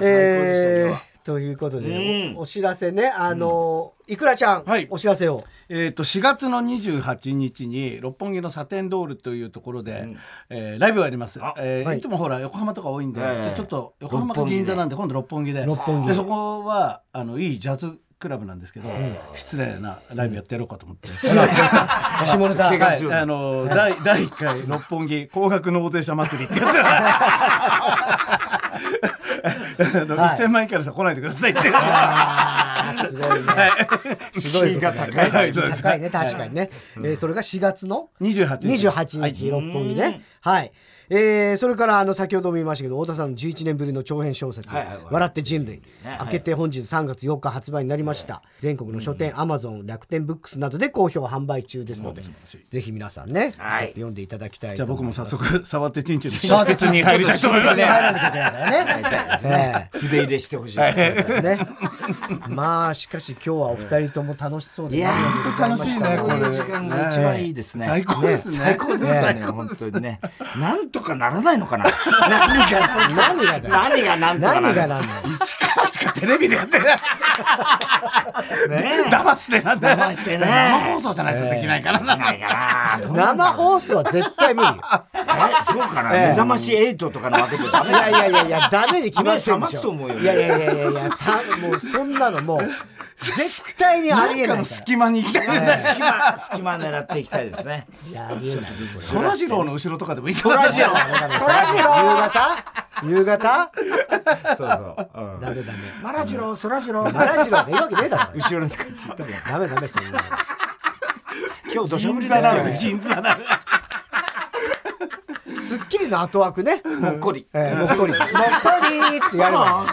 [SPEAKER 1] えーということで、おお知らせね、あのーいくらちゃん、
[SPEAKER 2] はい
[SPEAKER 1] お知らせを。
[SPEAKER 2] えー、と4月の28日に六本木のサテンドールというところで、えーライブをやります、えー
[SPEAKER 1] はい
[SPEAKER 2] い、つもほら横浜とか多いんで、
[SPEAKER 3] ええ
[SPEAKER 2] じゃあちょっと横浜
[SPEAKER 3] 六
[SPEAKER 2] か
[SPEAKER 3] 本木で
[SPEAKER 2] 銀座なんで今度六本木で
[SPEAKER 1] 六本木
[SPEAKER 2] でそこはあのいいジャズクラブなんですけど、失礼なライブやってやろうかと思って。
[SPEAKER 1] 下ネタ。
[SPEAKER 3] 怪我
[SPEAKER 1] は
[SPEAKER 2] はい
[SPEAKER 3] す
[SPEAKER 2] い、
[SPEAKER 3] る
[SPEAKER 2] あの第第1回六本木高額納税者祭りってやつあの、
[SPEAKER 1] はい
[SPEAKER 2] 1000万円以下の人は来ないでくださいって
[SPEAKER 1] あーすごいね。すごいことだね。
[SPEAKER 2] 敷居が高い
[SPEAKER 1] 敷居高いね、確かにね。えーそれが4月の
[SPEAKER 2] 28日
[SPEAKER 1] 28日、六本木ね。はい。えーそれからあの先ほども言いましたけど太田さんの11年ぶりの長編小説「
[SPEAKER 3] はいはいはい
[SPEAKER 1] 笑って人類」
[SPEAKER 3] ね
[SPEAKER 1] 明けて本日3月4日発売になりました、全国の書店、アマゾン楽天ブックスなどで好評販売中ですのでぜひ皆さんね、
[SPEAKER 3] は
[SPEAKER 1] 買
[SPEAKER 3] い
[SPEAKER 1] って読んでいただきたい
[SPEAKER 2] じ
[SPEAKER 1] と
[SPEAKER 2] ゃあ
[SPEAKER 1] 思い
[SPEAKER 2] 僕
[SPEAKER 1] ま
[SPEAKER 2] も
[SPEAKER 1] す
[SPEAKER 2] 早速触ってちんちん
[SPEAKER 1] 触
[SPEAKER 2] の清
[SPEAKER 1] って
[SPEAKER 2] 潔に入りたいと思います
[SPEAKER 1] 入らなきゃいけないからねね
[SPEAKER 3] 筆入れしてほしいです
[SPEAKER 1] えねまあしかし今日はお二人とも楽しそうで
[SPEAKER 3] いや
[SPEAKER 1] 何よりでござま
[SPEAKER 2] 楽し
[SPEAKER 3] ー
[SPEAKER 2] い
[SPEAKER 1] し
[SPEAKER 2] ね
[SPEAKER 1] た
[SPEAKER 3] こういう時間が一番いいですね。
[SPEAKER 2] ね最高ですね
[SPEAKER 3] 最高ですね。
[SPEAKER 1] ね
[SPEAKER 3] 本当にね。なんとかならないのかな。
[SPEAKER 1] 何が何がだよ
[SPEAKER 3] 何がなんとかな
[SPEAKER 1] 何が
[SPEAKER 3] らない。
[SPEAKER 1] なんだよ
[SPEAKER 2] 一からしかテレビでやってない
[SPEAKER 3] ね
[SPEAKER 2] 騙してなんだよ
[SPEAKER 3] 騙してね
[SPEAKER 2] 生放送じゃないとできないからな
[SPEAKER 3] ないかな。
[SPEAKER 1] 生放送は絶対無理よ
[SPEAKER 3] え、そうかな。目覚まし8とかのわけでダ
[SPEAKER 1] い
[SPEAKER 3] メ
[SPEAKER 1] や
[SPEAKER 3] だ
[SPEAKER 1] い
[SPEAKER 3] よ。
[SPEAKER 1] やいやいやダメに決まってるで
[SPEAKER 3] 目覚ま
[SPEAKER 1] し
[SPEAKER 3] す
[SPEAKER 1] ょ
[SPEAKER 3] と思うよ
[SPEAKER 1] いやいやいやいやいやさもうそんなのもう絶対にありえな
[SPEAKER 2] 中
[SPEAKER 1] い
[SPEAKER 2] の
[SPEAKER 1] か
[SPEAKER 2] 隙間に行きたいね
[SPEAKER 3] 隙間、隙間狙っていきたいですね。
[SPEAKER 1] らいやありえない
[SPEAKER 2] そらジローの後ろとかでもいいそ
[SPEAKER 3] そらジロ
[SPEAKER 1] ダメダメ
[SPEAKER 3] ー。そらジロ
[SPEAKER 1] 夕方夕方
[SPEAKER 3] ー。そうそう。
[SPEAKER 1] ダメダメ
[SPEAKER 3] マラジロー、そらジロ
[SPEAKER 1] マ
[SPEAKER 3] ー。
[SPEAKER 1] ラシロがいるわけねえだろ
[SPEAKER 3] 後ろに書いて言った
[SPEAKER 1] ダ
[SPEAKER 3] の。
[SPEAKER 1] メダメそんなの
[SPEAKER 3] 今日土砂降り
[SPEAKER 2] 銀座な
[SPEAKER 3] だな
[SPEAKER 2] の。銀座なの
[SPEAKER 1] すスッキリの後枠ね。
[SPEAKER 3] もっこり。
[SPEAKER 1] えーもっこり。もっこりーってやるの。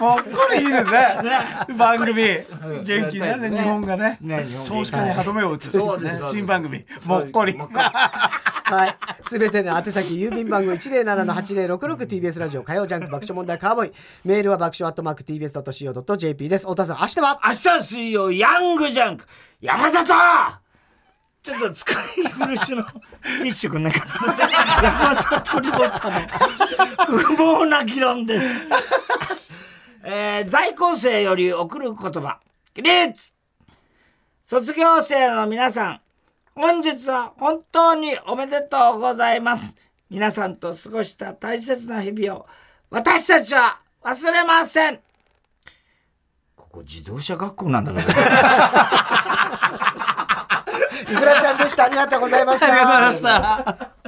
[SPEAKER 2] もうこれいいですね。番組。元気になるね、日本がね。
[SPEAKER 3] ね日
[SPEAKER 2] 少
[SPEAKER 3] 本
[SPEAKER 2] 子化に歯止めを打つ。
[SPEAKER 3] そうですそうです
[SPEAKER 2] 新番組。もっこり。
[SPEAKER 1] はい。すべての宛先、郵便番号 107-8066TBS ラジオ、火曜ジャンク爆笑問題カーボーイ。メールは爆笑アットマーク TBS.CO.JP です。太田さん、明日は
[SPEAKER 3] 明日水曜、ヤングジャンク、山里ちょっと使い古し のティッシュくんないかな。 山里亮太の不毛な議論です。えー、在校生より送る言葉、起立卒業生の皆さん、本日は本当におめでとうございます。皆さんと過ごした大切な日々を私たちは忘れません。ここ自動車学校なんだけど。
[SPEAKER 1] いくらちゃんでした。ありがとうございました。
[SPEAKER 2] ありがとうございました。